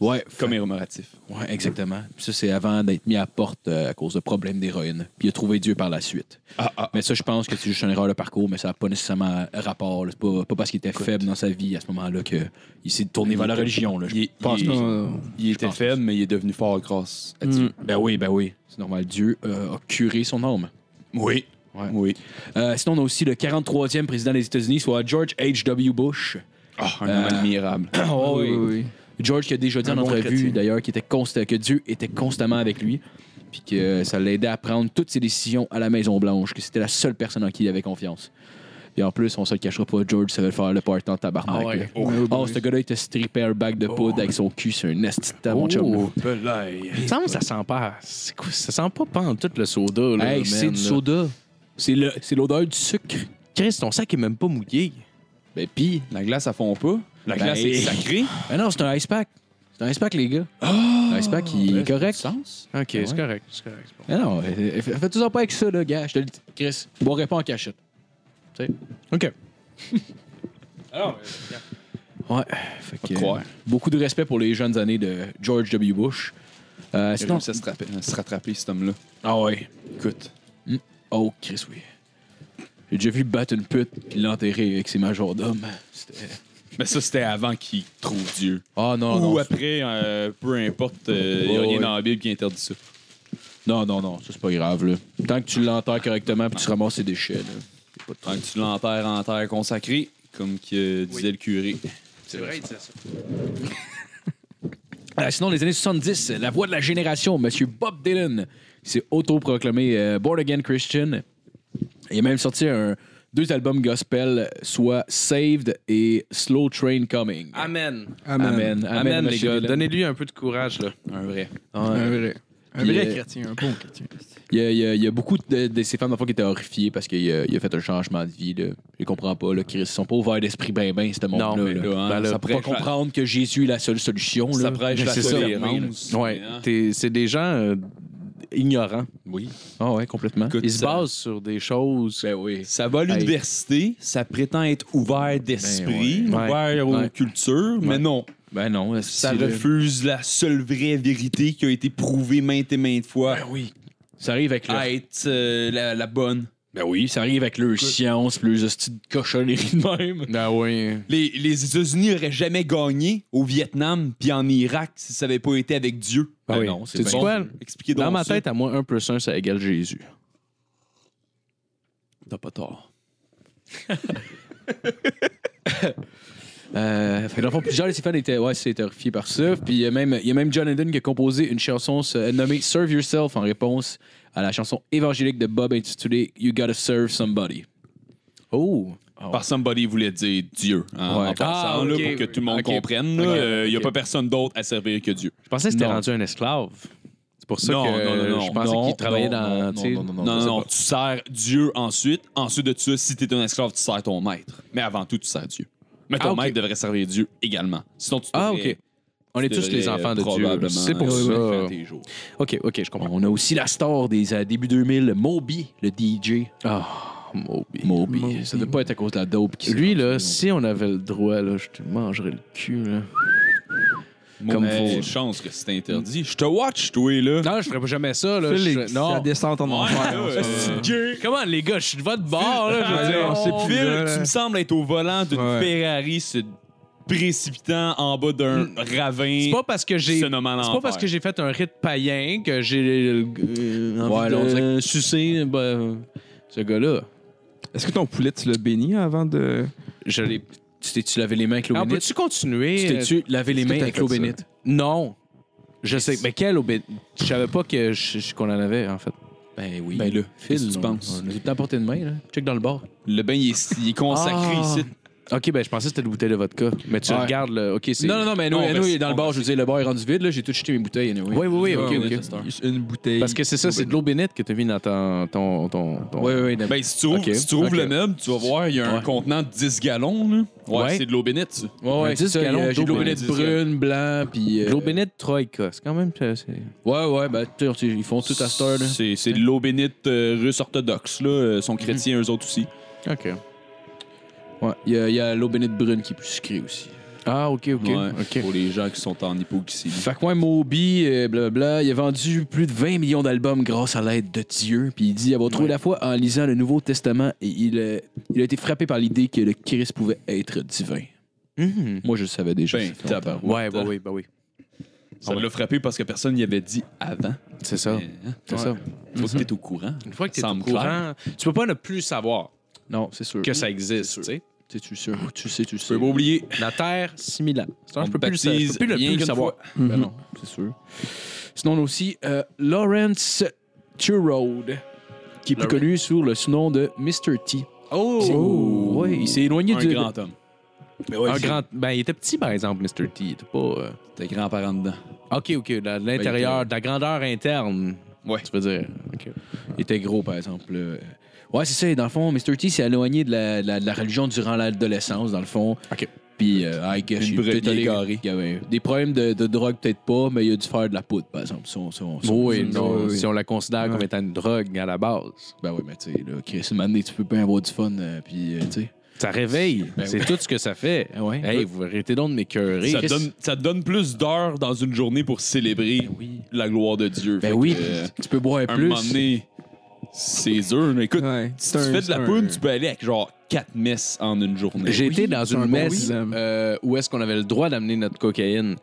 Speaker 2: ouais,
Speaker 4: commémoratif.
Speaker 2: Ouais, exactement. Puis ça, c'est avant d'être mis à la porte euh, à cause de problèmes d'héroïne. Puis il a trouvé Dieu par la suite.
Speaker 4: Ah, ah,
Speaker 2: Mais ça, je pense que c'est juste une erreur de parcours, mais ça n'a pas nécessairement rapport. là. C'est pas, pas parce qu'il était faible dans sa vie à ce moment-là qu'il s'est tourné vers la religion. Là. Je
Speaker 4: Il est-
Speaker 2: pense
Speaker 4: il est-
Speaker 2: pas.
Speaker 1: non,
Speaker 4: Il était
Speaker 2: pense.
Speaker 4: faible, mais il est devenu fort grâce à Dieu.
Speaker 2: Ben oui, ben oui. C'est normal. Dieu euh, a curé son âme.
Speaker 4: Oui.
Speaker 2: Ouais.
Speaker 4: Oui.
Speaker 2: Euh, sinon, on a aussi le 43e président des États-Unis, soit George H.W. Bush.
Speaker 4: Ah, un
Speaker 2: Euh,
Speaker 4: homme admirable.
Speaker 2: Oh,
Speaker 1: oui, oui,
Speaker 2: George qui a déjà dit
Speaker 4: Un
Speaker 2: en
Speaker 4: bon
Speaker 2: entrevue
Speaker 4: chrétien.
Speaker 2: d'ailleurs qu'il était consta- que Dieu était constamment avec lui puis que ça l'aidait à prendre toutes ses décisions à la Maison Blanche, que c'était la seule personne en qui il avait confiance. Et en plus, on se le cachera pas, George savait faire le party en tabarnak.
Speaker 3: Ah ouais.
Speaker 2: là.
Speaker 1: oui. Ouais,
Speaker 2: Oh,
Speaker 1: oui.
Speaker 2: ce gars-là, il te strippait un bac de poudre avec son cul sur un esti de temps, mon
Speaker 3: Oh.
Speaker 2: chum.
Speaker 3: Il me semble que ça sent pas. c'est quoi, ça sent pas pas en tout le soda, là.
Speaker 2: Hey,
Speaker 3: man,
Speaker 2: c'est du
Speaker 3: là.
Speaker 2: soda. C'est le- c'est l'odeur du sucre.
Speaker 3: Chris, ton sac est même pas mouillé.
Speaker 2: Ben pis,
Speaker 4: La glace, ça fond pas. La
Speaker 2: Ben,
Speaker 4: glace est sacrée.
Speaker 2: ben non, c'est un ice pack. C'est un ice pack, les gars. un ice pack, il est correct. Sens?
Speaker 3: Ok,
Speaker 2: Ouais.
Speaker 3: c'est correct. C'est correct. c'est bon.
Speaker 2: non, euh, fais- fais-tu ça pas avec ça, là, gars. Je te le dis, Chris, boirais pas en cachette.
Speaker 3: Ok.
Speaker 2: Ouais. Fait que,
Speaker 4: te croire.
Speaker 2: euh, beaucoup de respect pour les jeunes années de George W. Bush. Euh,
Speaker 4: Il
Speaker 2: sinon-
Speaker 4: réussit à se, rappeler- à se rattraper, cet homme-là.
Speaker 2: Ah ouais.
Speaker 4: Écoute.
Speaker 2: Oh, Chris, oui. J'ai déjà vu battre une pute puis l'enterrer avec ses majordomes. C'était-
Speaker 4: Mais ça, c'était avant qu'il trouve Dieu.
Speaker 2: Ah non,
Speaker 4: Ou
Speaker 2: non.
Speaker 4: après, euh, peu importe, euh, il n'y a
Speaker 2: Ouais,
Speaker 4: rien
Speaker 2: ouais.
Speaker 4: dans la Bible qui interdit ça.
Speaker 2: Non, non, non, ça c'est pas grave, là. Tant que tu l'enterres correctement puis tu ramasses ses déchets, là. y a pas de
Speaker 4: Tant
Speaker 2: truc.
Speaker 4: que tu l'enterres en terre consacrée, comme que disait le curé.
Speaker 3: C'est vrai, il disait ça.
Speaker 2: Euh, sinon, les années 70, la voix de la génération, M. Bob Dylan, qui s'est autoproclamé euh, Born Again Christian. Il a même sorti un- deux albums gospel, soit Saved et Slow Train Coming.
Speaker 3: Ah, Amen.
Speaker 2: Amen. Amen,
Speaker 3: Amen, les
Speaker 2: monsieur
Speaker 3: gars.
Speaker 2: Dylan.
Speaker 3: Donnez-lui un peu de courage, là.
Speaker 4: Un vrai.
Speaker 2: Ouais.
Speaker 1: Un vrai. Un
Speaker 2: Puis,
Speaker 1: vrai
Speaker 2: euh,
Speaker 1: chrétien, un bon chrétien.
Speaker 2: Il y, a, il y a- il y a beaucoup de, de ces femmes d'enfants qui étaient horrifiées parce qu'il a, il a fait un changement de vie. Là. Je les comprends pas. Là, Chris, ils sont pas ouverts d'esprit ben ben, ce monde-là.
Speaker 3: mais
Speaker 2: là.
Speaker 4: là, hein,
Speaker 2: Ben là,
Speaker 4: ça
Speaker 2: faut
Speaker 4: prêche
Speaker 2: pas
Speaker 4: la-
Speaker 2: comprendre que Jésus est la seule solution.
Speaker 4: Ça
Speaker 2: là.
Speaker 4: prêche
Speaker 2: Ben,
Speaker 4: la
Speaker 2: c'est ça.
Speaker 4: tolérance.
Speaker 3: Ouais.
Speaker 4: Hein?
Speaker 3: T'es- C'est des gens euh, ignorants.
Speaker 2: Oui. Ah ouais, complètement.
Speaker 4: Écoute,
Speaker 3: Ils se
Speaker 4: ça-
Speaker 3: basent Ah, sur des choses.
Speaker 2: Ben oui.
Speaker 4: Ça va à l'université, ça prétend être ouvert d'esprit,
Speaker 3: Ben ouais.
Speaker 4: ouvert aux
Speaker 3: Ouais.
Speaker 4: cultures, mais non.
Speaker 2: Ben non.
Speaker 4: Ça
Speaker 2: c'est-
Speaker 4: refuse la seule vraie vérité qui a été prouvée maintes et maintes fois
Speaker 2: Ben oui. Ça arrive avec leur...
Speaker 4: à être euh, la, la bonne.
Speaker 2: Ben oui, ça arrive avec leur science, plus de petites cochonneries de même.
Speaker 3: Ah oui.
Speaker 4: Les, les États-Unis n'auraient jamais gagné au Vietnam puis en Irak si ça n'avait pas été avec Dieu.
Speaker 2: Ben
Speaker 3: Ah oui.
Speaker 2: non, c'est
Speaker 3: Sais-tu
Speaker 2: bien
Speaker 3: quoi?
Speaker 4: sûr. Expliquez donc
Speaker 3: Dans ma
Speaker 4: ça.
Speaker 3: tête, à moi, 1 plus 1, ça égale Jésus.
Speaker 4: T'as pas tort.
Speaker 2: Euh, fait que dans le fond, plusieurs de ses fans étaient, ouais, c'est horrifiés par ça. Puis il y, a même- il y a même John Eden qui a composé une chanson euh, nommée Serve Yourself en réponse à la chanson évangélique de Bob intitulée You Gotta Serve Somebody.
Speaker 3: Oh.
Speaker 4: Par somebody voulait dire Dieu. hein, En,
Speaker 2: Ouais.
Speaker 4: en passant,
Speaker 3: Ah, ok,
Speaker 4: là, pour que tout le monde
Speaker 3: ok.
Speaker 4: comprenne, il n'y a pas personne d'autre à servir que Dieu.
Speaker 3: Je pensais que c'était
Speaker 2: Non.
Speaker 3: rendu un esclave. C'est pour ça
Speaker 4: Non,
Speaker 3: que
Speaker 4: non, non, non.
Speaker 3: je pensais
Speaker 2: Non,
Speaker 3: qu'il travaillait
Speaker 2: non,
Speaker 3: dans.
Speaker 2: non,
Speaker 3: tu sais,
Speaker 2: non, non, non,
Speaker 4: Non, non,
Speaker 3: je sais
Speaker 4: non,
Speaker 3: pas.
Speaker 4: tu sers Dieu ensuite. Ensuite de ça, si t'es un esclave, tu sers ton maître. Mais avant tout, tu sers Dieu. Mais ton
Speaker 3: Ah, ok.
Speaker 4: maître devrait servir Dieu également. Sinon, tu
Speaker 3: Ah,
Speaker 4: devrais-
Speaker 3: ok. On est
Speaker 4: tu
Speaker 3: tous les
Speaker 4: devrais
Speaker 3: enfants de Dieu.
Speaker 4: probablement
Speaker 3: C'est pour
Speaker 4: faire
Speaker 3: ça.
Speaker 4: tes jours.
Speaker 3: Ok, ok, je comprends.
Speaker 2: On a aussi la star des euh, début 2000, Moby, le DJ.
Speaker 3: Ah, Moby.
Speaker 2: Moby.
Speaker 1: Moby.
Speaker 2: Ça ne doit pas être à cause de la dope qui s'est
Speaker 3: Lui,
Speaker 2: rendue
Speaker 3: là,
Speaker 2: longue.
Speaker 3: si on avait le droit, là, je te mangerais le cul, là.
Speaker 4: Comme
Speaker 3: Comme
Speaker 4: faut.
Speaker 3: faut.
Speaker 4: chance que c'est interdit. Je te watch, toi, là.
Speaker 3: Non, je ferais pas jamais ça, là.
Speaker 1: Félix, la descente en enfer.
Speaker 4: là,
Speaker 1: on se-
Speaker 4: euh,
Speaker 3: Comment, les gars, je suis de votre bord, là.
Speaker 1: Ouais,
Speaker 4: dire,
Speaker 1: on sait
Speaker 4: on-
Speaker 1: plus,
Speaker 4: Phil,
Speaker 1: là, là.
Speaker 4: tu me sembles être au volant d'une
Speaker 1: Ouais.
Speaker 4: Ferrari se précipitant en bas d'un ravin.
Speaker 3: Mm. C'est pas parce que j'ai.
Speaker 4: se
Speaker 3: C'est
Speaker 4: nommant
Speaker 3: pas
Speaker 4: l'enfer.
Speaker 3: parce que j'ai fait un rite païen que j'ai euh, envie
Speaker 2: Ouais, là, on
Speaker 3: de sucer ben, ce gars-là.
Speaker 1: Est-ce que ton poulet, tu l'as béni avant de.
Speaker 3: Je l'ai.
Speaker 2: Tu t'es-tu lavé les mains avec l'eau
Speaker 3: Ah,
Speaker 2: bénite?
Speaker 3: peux-tu continuer?
Speaker 2: Tu t'es-tu lavé les
Speaker 1: Est-ce que
Speaker 2: mains
Speaker 1: t'as
Speaker 2: avec
Speaker 1: fait
Speaker 2: l'eau
Speaker 1: ça?
Speaker 2: bénite?
Speaker 3: Non. Je sais. Mais quelle obé... Je savais pas que je- qu'on en avait, en fait.
Speaker 2: Ben oui.
Speaker 4: Ben là, qu'est-ce
Speaker 2: Phil,
Speaker 4: que tu
Speaker 2: on-
Speaker 4: penses?
Speaker 2: On a tout le temps porté de main, là. Check dans le bar.
Speaker 4: Le bain, il est, il est consacré
Speaker 3: Ah.
Speaker 4: ici.
Speaker 3: OK, ben je pensais que c'était une bouteille de vodka. Mais tu
Speaker 2: Ouais.
Speaker 3: regardes, là. OK, c'est.
Speaker 2: Non, non, non, mais
Speaker 4: Non,
Speaker 2: nous,
Speaker 4: mais
Speaker 2: nous,
Speaker 4: c'est-
Speaker 2: il est dans le
Speaker 4: on
Speaker 2: bar. Je veux dire, le bar est rendu vide, là. J'ai tout jeté mes bouteilles, anyway.
Speaker 3: Oui, oui, oui, OK,
Speaker 4: Ouais,
Speaker 3: OK.
Speaker 4: ouais.
Speaker 1: Juste une bouteille.
Speaker 3: Parce que c'est ça, c'est de l'eau bénite que t'as mis dans ton. ton, ton, ton-
Speaker 2: Oui, oui, oui.
Speaker 4: Ben, si tu ouvres,
Speaker 3: Ok.
Speaker 4: si tu ouvres
Speaker 3: Ok.
Speaker 4: le meuble, tu vas voir, il y a un
Speaker 2: Ouais.
Speaker 4: contenant de 10 gallons. Là. Ouais,
Speaker 3: Ouais.
Speaker 4: c'est de l'eau bénite. ça.
Speaker 2: Ouais, ouais,
Speaker 3: Un
Speaker 2: c'est
Speaker 3: disque
Speaker 2: ça.
Speaker 3: à
Speaker 2: il y a-
Speaker 3: long
Speaker 2: J'ai de l'eau
Speaker 3: dos,
Speaker 2: bénite
Speaker 4: un disque.
Speaker 2: brune, blanc, puis. euh,
Speaker 3: L'eau bénite Troïka. C'est quand même. euh, c'est-
Speaker 2: Ouais, ouais, ben, tu sais, ils font tout à cette heure, là.
Speaker 4: C'est c'est de l'eau bénite euh, russe orthodoxe. Là. Euh, sont chrétiens, eux autres aussi.
Speaker 3: OK.
Speaker 2: Ouais. Il y a- il y a, l'eau bénite brune qui est plus sucrée aussi.
Speaker 3: Ah, OK, OK.
Speaker 4: Ouais,
Speaker 3: OK.
Speaker 4: Pour les gens qui sont en hypoglycémie.
Speaker 2: Fait que, ouais, Moby, euh, blablabla, il a vendu plus de 20 millions d'albums grâce à l'aide de Dieu. Puis il dit avoir trouvé la foi en lisant le Nouveau Testament et il, euh, il a été frappé par l'idée que le Christ pouvait être divin.
Speaker 3: Mhm.
Speaker 2: Moi, je le savais déjà.
Speaker 4: Ben,
Speaker 2: ça fait longtemps.
Speaker 4: tabarouette.
Speaker 3: Ouais, bah oui, bah oui.
Speaker 4: Ça l'a frappé parce que personne n'y avait dit avant.
Speaker 3: C'est
Speaker 2: Ah.
Speaker 3: ça.
Speaker 4: Mais, hein,
Speaker 3: C'est ça.
Speaker 4: Faut que t'es au courant.
Speaker 3: Une fois que t'es au
Speaker 4: Semble
Speaker 3: courant, tu peux pas ne plus savoir
Speaker 2: Non, c'est sûr.
Speaker 3: que ça existe, tu sais.
Speaker 2: Tu sais, tu sais, tu sais, tu sais.
Speaker 4: Faut pas oublier.
Speaker 3: La Terre, 6000 ans. C'est
Speaker 4: On
Speaker 3: un peu plus le sa-
Speaker 4: baptise
Speaker 3: je peux plus le-
Speaker 4: rien
Speaker 3: plus le
Speaker 4: qu'une
Speaker 3: savoir.
Speaker 4: fois.
Speaker 2: Ben non, c'est sûr. Sinon, on a aussi euh, Lawrence Turode, qui est plus
Speaker 3: Lawrence.
Speaker 2: connu sous le surnom de Mr. T.
Speaker 3: Oh!
Speaker 2: Ouais, il s'est éloigné
Speaker 4: Un
Speaker 2: du.
Speaker 4: grand homme.
Speaker 3: un grand. Ben, il était petit, par exemple, Mr. T. Il était pas. euh,
Speaker 4: T'es grand-parent dedans.
Speaker 3: Ok, ok, de la- de l'intérieur, de la grandeur interne.
Speaker 4: Ben, Ouais.
Speaker 3: Tu veux dire. Ok.
Speaker 2: Il était gros, par exemple. là. Euh, Ouais, c'est ça. Dans le fond, Mr. T s'est éloigné de la, de la- de la religion durant l'adolescence, dans le fond.
Speaker 3: Ok.
Speaker 2: Puis, euh, I guess,
Speaker 4: Une
Speaker 2: il est
Speaker 4: brebis
Speaker 2: peut-être allé-
Speaker 4: égarée.
Speaker 2: il y avait des problèmes de, de drogue, peut-être pas, mais il a dû faire de la poudre, par exemple. Si on- si on- si on-
Speaker 3: Oui, non,
Speaker 1: oui, oui.
Speaker 3: si on la considère comme étant une drogue à la base.
Speaker 2: Ben oui, mais tu sais, là, Chris, une année, tu peux bien avoir du fun, euh, puis, euh, tu sais.
Speaker 3: Ça réveille.
Speaker 2: Ben
Speaker 3: c'est tout ce que ça fait.
Speaker 2: Ah ouais.
Speaker 3: Hey, vous arrêtez donc de m'écœurer.
Speaker 4: Ça donne, ça donne plus d'heures dans une journée pour célébrer la gloire de Dieu. Fait
Speaker 2: Ben
Speaker 4: que,
Speaker 2: oui,
Speaker 4: euh,
Speaker 2: tu peux boire
Speaker 4: un
Speaker 2: plus.
Speaker 4: moment donné, c'est dur. Mais écoute,
Speaker 1: Ouais,
Speaker 4: si
Speaker 1: c'est
Speaker 4: tu
Speaker 1: un-
Speaker 4: fais de la
Speaker 1: c'est
Speaker 4: poudre,
Speaker 1: un-
Speaker 4: tu peux aller avec genre 4 messes en une
Speaker 2: Ben
Speaker 4: journée.
Speaker 3: J'ai été dans
Speaker 1: c'est un
Speaker 3: une
Speaker 1: bon
Speaker 3: messe
Speaker 1: rhythm.
Speaker 3: euh, où est-ce qu'on avait le droit d'amener notre cocaïne.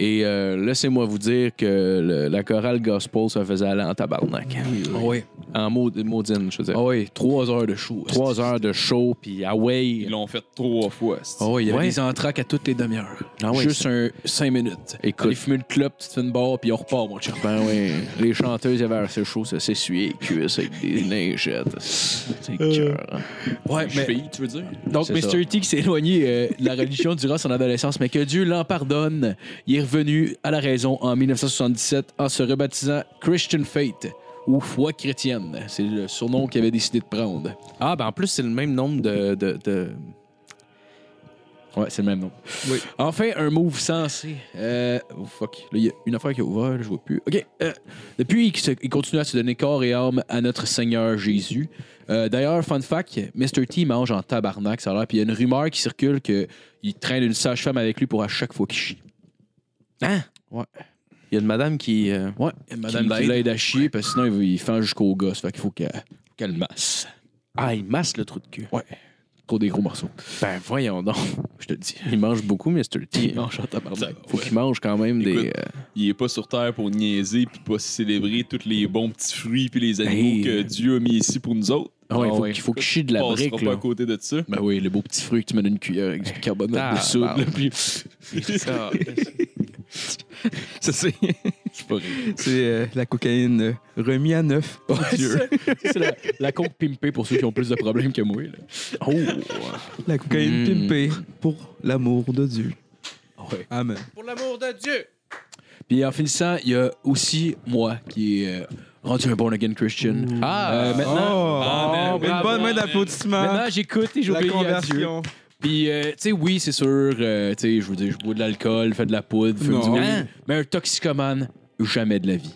Speaker 3: Et euh, laissez-moi vous dire que le- la chorale gospel se faisait aller en tabarnak.
Speaker 2: Ah oui.
Speaker 3: En maud- maudine, je veux dire.
Speaker 2: Ah oui, trois heures de show.
Speaker 3: Trois heures de show, puis away.
Speaker 4: Ils l'ont fait trois fois. c'est-
Speaker 2: Ah oui, il y avait
Speaker 3: Ouais.
Speaker 2: des entraques à toutes les demi-heures.
Speaker 3: Ah oui,
Speaker 2: Juste un cinq minutes.
Speaker 3: Écoute.
Speaker 2: Allez fumer une clope, tu te fais une barre, puis on repart, mon chum.
Speaker 3: Ben oui, les chanteuses avaient assez chaud, ça s'essuyait les cuisses avec des lingettes. C'est écœurant.
Speaker 2: Ouais,
Speaker 4: Je fille, tu veux dire?
Speaker 2: Donc,
Speaker 3: C'est ça.
Speaker 2: Mr. T qui s'est éloigné euh, de la religion durant son adolescence, mais que Dieu l'en pardonne, il est revenu à la raison en 1977 en se rebaptisant Christian Faith ou foi chrétienne. C'est le surnom qu'il avait décidé de prendre.
Speaker 3: Ah, ben en plus, c'est le même nombre de. de, de-
Speaker 2: Ouais, c'est le même nom.
Speaker 1: Oui.
Speaker 2: Enfin, un move sensé. Euh, oh fuck. Là, il y a une affaire qui est ouverte, je vois plus. OK. euh, depuis, il, se- il continue à se donner corps et âme à notre Seigneur Jésus. Euh, D'ailleurs, fun fact, Mr. T mange en tabarnak, ça a l'air. Puis il y a une rumeur qui circule qu'il traîne une sage-femme avec lui pour à chaque fois qu'il chie.
Speaker 3: Hein?
Speaker 2: Ouais.
Speaker 3: Il y a une madame qui. euh,
Speaker 2: Ouais. Madame
Speaker 3: Qui
Speaker 2: qui l'aide à chier, parce que sinon, il, va- il fend jusqu'au gosse. Fait qu'il faut qu'elle faut qu'elle le masse.
Speaker 3: Ah, il masse le trou de cul.
Speaker 2: Ouais. Pour des gros morceaux,
Speaker 3: Ben voyons donc.
Speaker 2: je te le dis.
Speaker 3: Il mange beaucoup, Mr. T.
Speaker 2: Il mange en tabarnak.
Speaker 3: Faut qu'il mange quand même des. euh,
Speaker 4: Écoute, Il est pas sur terre pour niaiser puis pas célébrer tous les bons petits fruits puis les animaux
Speaker 3: Hey.
Speaker 4: que Dieu a mis ici pour nous autres.
Speaker 3: euh, ouais,
Speaker 2: ah
Speaker 3: faut
Speaker 2: ouais.
Speaker 3: qu'il faut qu'il chie de la
Speaker 4: Passera
Speaker 3: brique,
Speaker 4: pas à
Speaker 3: là.
Speaker 4: côté de ça.
Speaker 2: Ben oui, le beau petit fruit que tu mets dans une cuillère avec du carbonate de
Speaker 3: Ah,
Speaker 2: soude.
Speaker 3: pardon.
Speaker 2: là, puis-
Speaker 3: Ça,
Speaker 4: Ça, c'est
Speaker 1: C'est euh, la cocaïne euh, remis à neuf par Dieu.
Speaker 2: C'est la, la coke pimpée pour ceux qui ont plus de problèmes que moi. là.
Speaker 3: Oh!
Speaker 1: La cocaïne
Speaker 3: Mm.
Speaker 1: pimpée pour l'amour de Dieu. Amen.
Speaker 3: Pour l'amour de Dieu!
Speaker 2: Puis en finissant, il y a aussi moi qui est euh, rendu un born again Christian.
Speaker 3: Ah!
Speaker 2: Euh, maintenant,
Speaker 1: Oh,
Speaker 4: Amen.
Speaker 1: une
Speaker 4: Bravo,
Speaker 1: bonne main
Speaker 4: Amen.
Speaker 1: d'applaudissement.
Speaker 2: maintenant j'écoute et
Speaker 1: La
Speaker 2: j'obéis à Dieu.
Speaker 1: conversion.
Speaker 2: Puis euh, tu sais, oui, c'est sûr, euh, tu sais, je veux dire, je bois de l'alcool, fais de la poudre, fume du
Speaker 1: Non.
Speaker 2: weed.
Speaker 3: Hein?
Speaker 2: mais un toxicomane, jamais de la vie.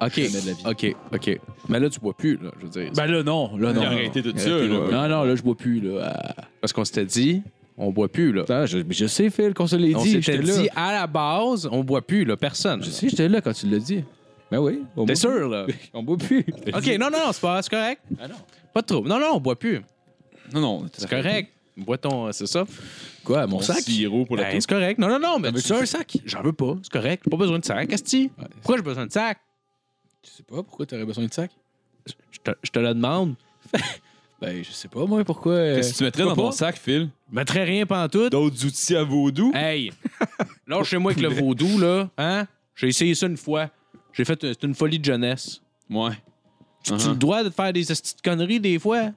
Speaker 3: ok,
Speaker 2: Jamais de la vie.
Speaker 3: ok, ok. Mais là, tu bois plus, là, je veux dire.
Speaker 2: Ben là non, là
Speaker 4: Il
Speaker 2: non.
Speaker 4: a arrêté tout ça.
Speaker 1: Arrêtez,
Speaker 4: là.
Speaker 1: ouais.
Speaker 2: Non non, là je bois plus là. Ah,
Speaker 3: Parce qu'on s'était dit, on boit plus, là.
Speaker 2: putain, je, je sais Phil, qu'on se l'ait
Speaker 3: On
Speaker 2: dit,
Speaker 3: s'était
Speaker 2: j'étais là.
Speaker 3: dit, à la base, on boit plus, là, personne.
Speaker 2: Je sais, j'étais là quand tu l'as dit. Ben oui. on boit
Speaker 3: T'es sûr, là?
Speaker 2: plus. On boit plus.
Speaker 3: OK, non, non, non, c'est pas c'est correct. Pas de trouble. Ah, Non, non, on boit plus.
Speaker 4: Non, non,
Speaker 3: C'est correct. Bois ton... euh, C'est ça?
Speaker 2: Quoi, mon
Speaker 4: Mon
Speaker 2: sac?
Speaker 4: sirop pour la
Speaker 3: Ben,
Speaker 4: toux.
Speaker 3: c'est correct. Non, non, non, mais...
Speaker 2: veux-tu un sac?
Speaker 3: J'en veux pas. C'est correct. J'ai pas besoin de sac, Asti. Pourquoi j'ai besoin de sac?
Speaker 2: Je sais pas pourquoi t'aurais besoin de sac.
Speaker 3: Je te, je te le demande.
Speaker 2: Ben, je sais pas, moi, pourquoi. euh,
Speaker 4: Qu'est-ce que tu mettrais dans
Speaker 3: pourquoi
Speaker 4: ton
Speaker 3: pas?
Speaker 4: sac, Phil?
Speaker 3: Je mettrais rien pantoute.
Speaker 4: D'autres outils à vaudou?
Speaker 3: Hey! Là, chez moi avec le vaudou, là. Hein? J'ai essayé ça une fois. J'ai fait... euh, C'est une folie de jeunesse.
Speaker 4: Ouais.
Speaker 3: Tu,
Speaker 4: Uh-huh.
Speaker 3: tu as le droit de faire des petites conneries des fois.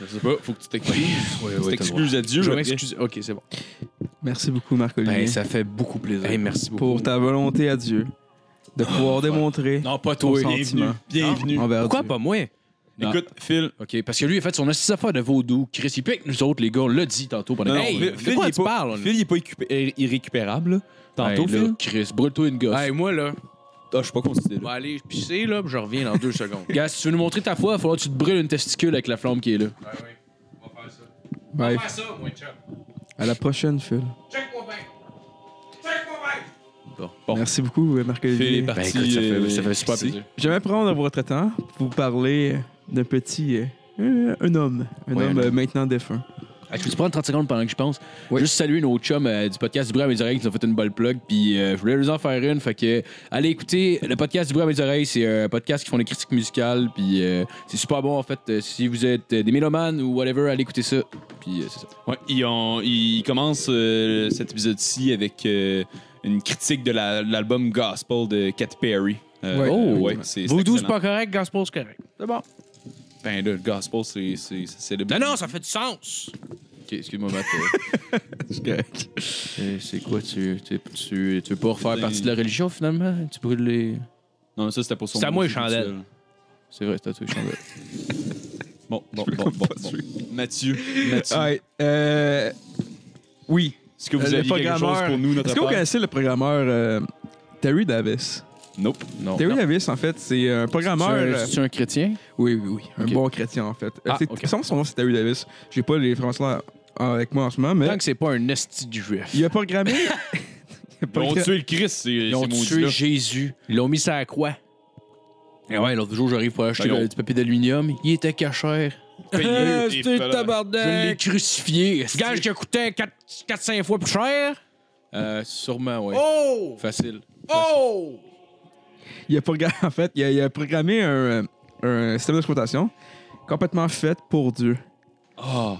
Speaker 4: Je sais pas, faut que tu t'excuses.
Speaker 2: oui,
Speaker 4: tu t'excuses à Dieu.
Speaker 3: Je
Speaker 4: après.
Speaker 3: m'excuse. OK, c'est bon.
Speaker 1: Merci beaucoup,
Speaker 4: Ben,
Speaker 1: Marc-Olivier,
Speaker 2: fait beaucoup plaisir.
Speaker 3: Hey, merci beaucoup.
Speaker 1: pour ta volonté à Dieu de pouvoir démontrer
Speaker 2: Non, pas
Speaker 1: ton
Speaker 2: toi.
Speaker 4: Bienvenue.
Speaker 1: sentiment
Speaker 4: Bienvenue.
Speaker 1: envers
Speaker 3: Pourquoi
Speaker 1: Dieu.
Speaker 3: pas moi?
Speaker 2: Non.
Speaker 4: Écoute, Phil.
Speaker 2: Ok, parce que lui, en fait, son assise affaire de vaudou, qui reste avec nous autres, les gars, on l'a dit tantôt pendant
Speaker 4: Non, non,
Speaker 2: Hey,
Speaker 4: Phil,
Speaker 3: de
Speaker 4: Phil,
Speaker 3: quoi
Speaker 4: il est
Speaker 3: tu
Speaker 4: pas-
Speaker 3: parles, là?
Speaker 4: Phil, il est pas écup- irrécupérable. là. Tantôt,
Speaker 2: Tantôt, Ben,
Speaker 1: Ben,
Speaker 2: là, Ben,
Speaker 4: Phil.
Speaker 2: Chris, brûle-toi une gosse.
Speaker 3: Hey, moi, là...
Speaker 4: Ah, je suis pas considéré.
Speaker 3: Je vais aller pisser, là, puis je reviens dans deux secondes.
Speaker 2: Gars, si tu veux nous montrer ta foi, il va falloir que tu te brûles une testicule avec la flamme qui est là.
Speaker 3: On va faire ça.
Speaker 1: Bye.
Speaker 3: ça, moi, chum.
Speaker 1: ben, À la prochaine, Phil.
Speaker 3: Check mon bain. Check mon bain.
Speaker 1: Merci beaucoup, euh,
Speaker 4: Phil est
Speaker 1: Marc-Olivier.
Speaker 4: parti.
Speaker 2: Ben, écoute, ça fait-
Speaker 4: euh,
Speaker 2: ça fait super
Speaker 4: ici.
Speaker 2: plaisir.
Speaker 1: J'aimerais prendre votre temps pour vous parler euh, d'un petit... euh, euh, un homme. Un
Speaker 2: Ouais,
Speaker 1: homme
Speaker 2: un
Speaker 1: euh, maintenant défunt.
Speaker 2: Hey, je peux-tu prendre 30 secondes pendant que je pense?
Speaker 1: Oui.
Speaker 2: Juste saluer nos chums euh, du podcast du Bruit à mes oreilles qui nous ont fait une bonne plug. Puis euh, je voulais vous en faire une. Fait que, allez écouter le podcast du Bruit à mes oreilles. C'est euh, un podcast qui font des critiques musicales. Puis euh, c'est super bon en fait. Euh, si vous êtes euh, des mélomanes ou whatever, allez écouter ça. Puis euh, c'est ça.
Speaker 4: Ouais, ils, ont- ils commencent euh, cet épisode-ci avec euh, une critique de la- l'album Gospel de Katy Perry. Euh,
Speaker 1: Ouais.
Speaker 4: euh,
Speaker 1: Oh.
Speaker 4: ouais, c'est c'est
Speaker 3: Voodoo, c'est pas
Speaker 4: excellent.
Speaker 3: correct, Gaspard, c'est correct. C'est bon.
Speaker 4: Ben là, le Gospel, c'est- c'est c'est le.
Speaker 3: Non, non, ça fait du sens.
Speaker 2: Ok, excuse-moi, Matt. Euh, euh, c'est quoi? Tu, tu, tu, tu veux pas refaire
Speaker 4: C'est-
Speaker 2: partie de la religion finalement? Tu brûles les.
Speaker 4: Non, mais ça, c'était pour son.
Speaker 3: C'est à moi,
Speaker 4: tout
Speaker 3: chandelle.
Speaker 4: seul.
Speaker 2: C'est vrai, c'est à toi, je t'en vais.
Speaker 4: Bon, bon, bon, bon, bon. Mathieu. Mathieu.
Speaker 1: Ouais, euh, Oui.
Speaker 4: Est-ce que
Speaker 1: Euh,
Speaker 4: vous
Speaker 1: le
Speaker 4: avez quelque chose
Speaker 1: programmeur.
Speaker 4: pour nous, notre
Speaker 1: Est-ce que vous
Speaker 4: affaire?
Speaker 1: connaissez le programmeur euh, Terry Davis?
Speaker 4: Nope.
Speaker 2: Non.
Speaker 1: Terry Davis, en fait, c'est un programmeur... euh,
Speaker 2: Tu es un chrétien?
Speaker 1: Oui, oui, oui. Un
Speaker 2: Ok.
Speaker 1: bon chrétien, en fait. Euh,
Speaker 2: Ah,
Speaker 1: c'est-
Speaker 2: ok.
Speaker 1: il me semble que Son nom, c'est Terry Davis. J'ai pas les Français là avec moi en ce moment, mais
Speaker 3: Tant que c'est pas un esti de juif.
Speaker 1: il a programmé... il a
Speaker 4: Ils ont
Speaker 1: programmé...
Speaker 4: tué le Christ, ces,
Speaker 2: Ils ont
Speaker 4: ces
Speaker 2: tué
Speaker 4: maudits-là.
Speaker 2: Jésus.
Speaker 3: Ils l'ont mis sur la croix.
Speaker 2: Et ouais, l'autre jour, j'arrive pour acheter
Speaker 4: Ben,
Speaker 2: le-
Speaker 4: non.
Speaker 2: du papier d'aluminium. Il était cachère.
Speaker 4: Payé, et voilà.
Speaker 2: Je l'ai
Speaker 3: tabarnak!
Speaker 2: crucifié.
Speaker 3: Ce gage qui a coûté 4-5 fois plus cher.
Speaker 2: Euh, sûrement, ouais.
Speaker 3: Oh!
Speaker 2: Facile.
Speaker 3: Oh!
Speaker 1: Il a programmé, en fait, il a, il a programmé un, euh, un système d'exploitation complètement fait pour Dieu.
Speaker 4: Ah.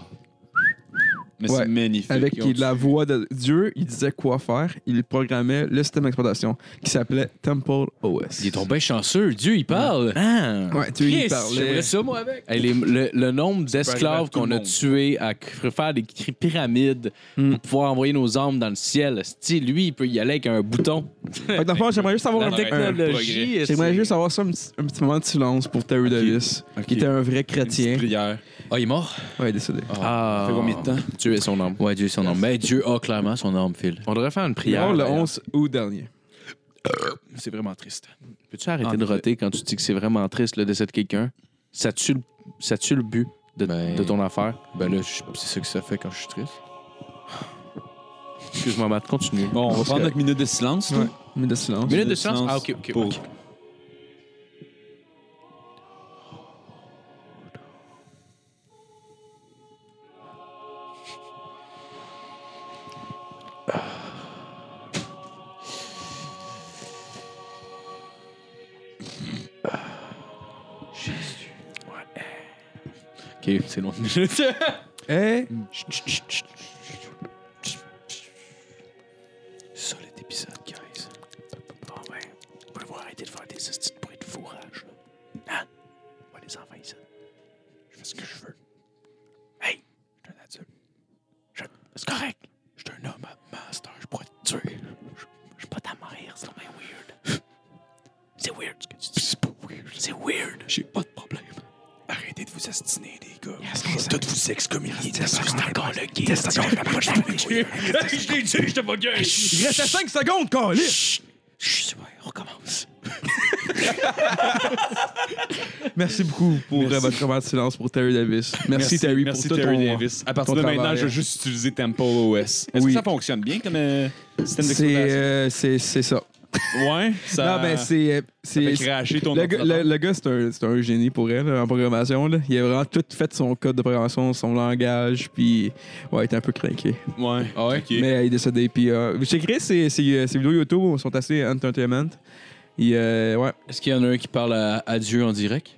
Speaker 4: Mais
Speaker 1: Ouais.
Speaker 4: c'est magnifique.
Speaker 1: Avec
Speaker 4: Ils ont
Speaker 1: la voix de Dieu, il disait quoi faire. Il programmait le système d'exploitation qui s'appelait Temple OS.
Speaker 2: Ils est tombé chanceux. Dieu, il parle.
Speaker 3: Ah!
Speaker 1: Ouais, Dieu, il
Speaker 2: Christ,
Speaker 1: parlait.
Speaker 2: J'aimerais ça, moi, avec.
Speaker 3: Hey, les- le, le nombre
Speaker 4: arriver à
Speaker 3: d'esclaves
Speaker 4: tout le
Speaker 3: qu'on a
Speaker 4: monde.
Speaker 3: tués à cr- faire des cri- pyramides
Speaker 1: Hmm.
Speaker 3: pour pouvoir envoyer nos âmes dans le ciel. Si lui, il peut y aller avec un bouton.
Speaker 1: Fait que dans le fond, j'aimerais juste avoir
Speaker 4: La
Speaker 1: un-
Speaker 4: technologie.
Speaker 1: un-
Speaker 4: progrès.
Speaker 1: J'aimerais juste avoir ça un petit, un petit moment de silence pour Terry Davis, qui était un vrai
Speaker 4: une petite
Speaker 1: chrétien.
Speaker 4: prière.
Speaker 2: Ah, il est mort?
Speaker 1: Ouais, décédé.
Speaker 3: Ah,
Speaker 4: Ça fait combien de temps?
Speaker 3: Tuer son âme.
Speaker 2: Ouais, Dieu, son homme. Mais Dieu a clairement son homme, Phil.
Speaker 3: On devrait faire une
Speaker 1: Il est
Speaker 3: prière.
Speaker 1: mort le
Speaker 3: d'ailleurs.
Speaker 1: 11 août dernier.
Speaker 2: C'est vraiment triste.
Speaker 3: Peux-tu arrêter
Speaker 2: En
Speaker 3: de
Speaker 2: effet.
Speaker 3: roter quand tu dis que c'est vraiment triste le décès de quelqu'un? Ça tue, le- ça tue le but de,
Speaker 2: Ben-
Speaker 3: de ton affaire.
Speaker 2: Ben là, je- c'est ça que ça fait quand je suis triste.
Speaker 3: Excuse-moi, Matt, continue.
Speaker 4: Bon, on va
Speaker 1: Parce
Speaker 4: prendre
Speaker 1: que-
Speaker 4: notre minute de silence.
Speaker 1: Ouais. Minute de silence.
Speaker 3: Minute de silence? Ah, ok, ok,
Speaker 4: Pour...
Speaker 3: ok.
Speaker 2: Ok, c'est long.
Speaker 1: Hey,
Speaker 2: Solide épisode, guys. Ah ouais. Pouvez-vous arrêter de faire des astuces de bruit de fourrage? Hein? Moi, les enfants, ici. Je fais ce que je veux. Hey! Je suis un adulte. Je... C'est correct. Je suis un homme à master. Je pourrais te tuer. Je, je peux pas ta mère. C'est vraiment weird. C'est weird ce que tu dis. C'est pas weird. C'est weird. J'ai pas de problème. Arrêtez de vous astiner, les gars. Je vais toutes vous excommunier. C'est encore le gay. C'est encore le
Speaker 4: Je l'ai dit, je te pas gay.
Speaker 1: il reste 5 secondes, Carlis!
Speaker 2: Chut, c'est vrai. On recommence.
Speaker 1: Merci beaucoup pour euh, votre moment de silence pour Terry Davis. Merci, Terry
Speaker 4: merci
Speaker 1: pour tout
Speaker 4: Terry
Speaker 1: ton-
Speaker 4: Davis. À partir
Speaker 1: ton
Speaker 4: de maintenant,
Speaker 1: travail.
Speaker 4: je vais juste utiliser Tempo OS. Est-ce
Speaker 1: Oui.
Speaker 4: que ça fonctionne bien comme euh, système
Speaker 1: C'est
Speaker 4: d'exploitation?
Speaker 1: euh, c'est- c'est ça.
Speaker 4: Ouais, ça.
Speaker 1: Non, ben c'est. euh,
Speaker 4: fait
Speaker 1: c'est-
Speaker 4: cracher ton
Speaker 1: le, gars-
Speaker 4: ordinateur.
Speaker 1: le- le gars, c'est un, c'est un génie pour elle là, en programmation. là. Il a vraiment tout fait son code de programmation, son langage, puis ouais, il était un peu craqué.
Speaker 4: Ouais.
Speaker 2: Ah ouais?
Speaker 4: ok.
Speaker 1: Mais euh, il est décédé. Puis euh, j'ai créé ces, ces, euh, ces vidéos YouTube, sont assez entertainment. Et, euh, ouais,
Speaker 2: Est-ce qu'il y en a un qui parle à, à Dieu en direct?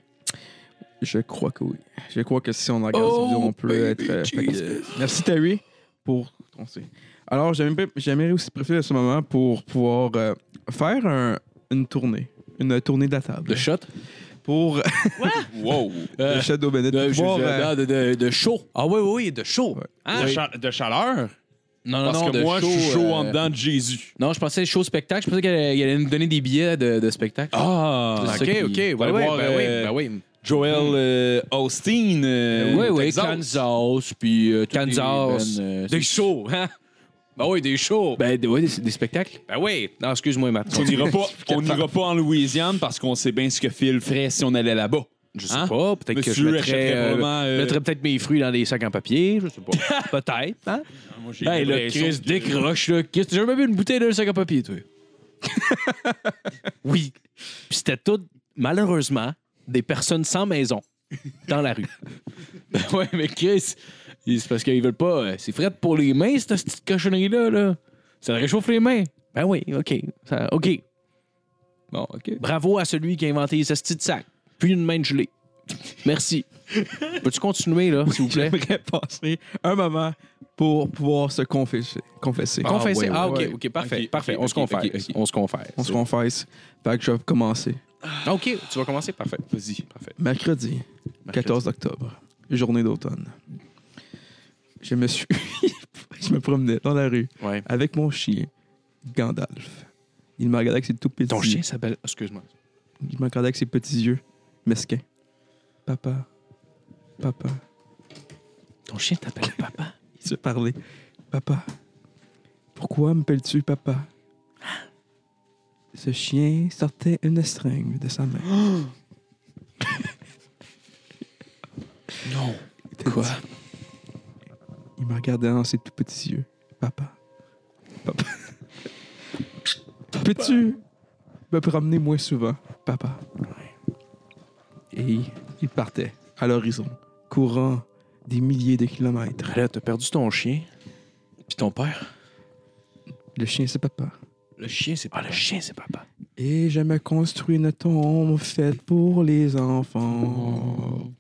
Speaker 1: je crois que oui. Je crois que si on regarde
Speaker 2: Oh,
Speaker 1: ces vidéos, on peut
Speaker 2: baby
Speaker 1: être. euh, fait que, euh, merci Terry pour ton C. Alors j'aimerais j'aimerais aussi profiter de ce moment pour pouvoir euh, faire un- une tournée, une tournée de la table
Speaker 2: De shot?
Speaker 1: pour
Speaker 4: Wow.
Speaker 1: le Shadow Bennett.
Speaker 2: Euh, de,
Speaker 1: pour pouvoir, euh,
Speaker 2: de, show.
Speaker 3: Ah oui, oui, oui, de chaud.
Speaker 4: Hein,
Speaker 2: Oui.
Speaker 4: cha- De chaleur?
Speaker 2: Non, non,
Speaker 4: Parce
Speaker 2: non,
Speaker 4: que
Speaker 2: de
Speaker 4: moi, je suis
Speaker 2: show,
Speaker 4: chaud
Speaker 2: euh,
Speaker 4: en dedans de Jésus.
Speaker 2: Non, je pensais show spectacle. Je pensais qu'il allait il allait nous donner des billets de, de spectacle.
Speaker 4: Ah!
Speaker 2: C'est
Speaker 3: Ok,
Speaker 2: ça qui-
Speaker 3: ok. Ouais, ouais,
Speaker 4: Faut aller voir,
Speaker 3: ben oui,
Speaker 4: euh,
Speaker 3: ben oui.
Speaker 4: Joel euh, Austin. euh,
Speaker 2: oui, oui,
Speaker 4: Texas.
Speaker 2: Kansas, puis euh, toutes les
Speaker 3: Kansas.
Speaker 2: bennes, euh,
Speaker 3: Des shows, hein? Ben oui, des shows.
Speaker 2: ben, des- ouais, des, des spectacles.
Speaker 3: Ben oui. Non, excuse-moi, Matt.
Speaker 4: On n'ira pas, on n'ira pas en Louisiane parce qu'on sait bien ce que Phil ferait si on allait là-bas.
Speaker 3: Je sais
Speaker 4: Hein?
Speaker 3: pas. Peut-être que je
Speaker 4: Monsieur achèterait
Speaker 3: mettrais, euh,
Speaker 4: probablement, euh,
Speaker 3: mettrais peut-être mes fruits dans des sacs en papier. Je sais pas. peut-être. Hein?
Speaker 4: Moi, j'ai
Speaker 2: Hey, là,
Speaker 4: l'impression
Speaker 2: Chris,
Speaker 4: que-
Speaker 2: décroche, là. Chris, t'as jamais vu une bouteille de sac à papier, toi?
Speaker 3: Oui. Puis c'était tout, malheureusement, des personnes sans maison dans la rue.
Speaker 2: Ben ouais, mais Chris, il- c'est parce qu'ils veulent pas. euh, C'est fret pour les mains, cette petite cochonnerie-là, là. Ça réchauffe les mains.
Speaker 3: Ben oui, OK. Ça- OK.
Speaker 2: Bon, OK.
Speaker 3: Bravo à celui qui a inventé les hosties de sac. Puis une main de gelée. Merci. Peux-tu continuer, là, s'il vous plaît?
Speaker 1: J'aimerais passer un moment pour pouvoir se confesser. confesser. ouais,
Speaker 3: Confesser. Ah,
Speaker 1: ouais, ouais.
Speaker 3: OK, OK, parfait.
Speaker 4: Ok,
Speaker 3: parfait.
Speaker 4: ok,
Speaker 3: on se
Speaker 4: ok,
Speaker 3: confesse.
Speaker 4: ok, ok.
Speaker 3: On se confesse.
Speaker 1: On se confesse. Fait que je vais commencer.
Speaker 3: Ah, OK, tu vas commencer? Parfait. Vas-y. Parfait.
Speaker 1: Mercredi, 14 octobre, journée d'automne. Je me suis. je me promenais dans la rue
Speaker 3: Ouais.
Speaker 1: avec mon chien, Gandalf. Il me regardait avec ses tout petits
Speaker 3: Ton chien s'appelle... Excuse-moi.
Speaker 1: Il me regardait avec ses petits yeux mesquins. Papa, papa.
Speaker 3: Ton chien t'appelle papa?
Speaker 1: Il se parlait. Papa, Pourquoi m'appelles-tu papa? Ce chien sortait une seringue de sa main.
Speaker 3: Non.
Speaker 1: Il te
Speaker 3: Quoi?
Speaker 1: dit- Il me regardait dans ses tout petits yeux. Papa. Papa. Peux-tu me promener moins souvent, papa? Et il partait à l'horizon, courant des milliers de kilomètres.
Speaker 3: Là, t'as perdu ton chien. Puis ton père.
Speaker 1: Le chien, c'est papa.
Speaker 3: Le chien, c'est pas Ah, le chien, c'est papa.
Speaker 1: Et je me construis une tombe faite pour les
Speaker 3: Oh.
Speaker 1: enfants.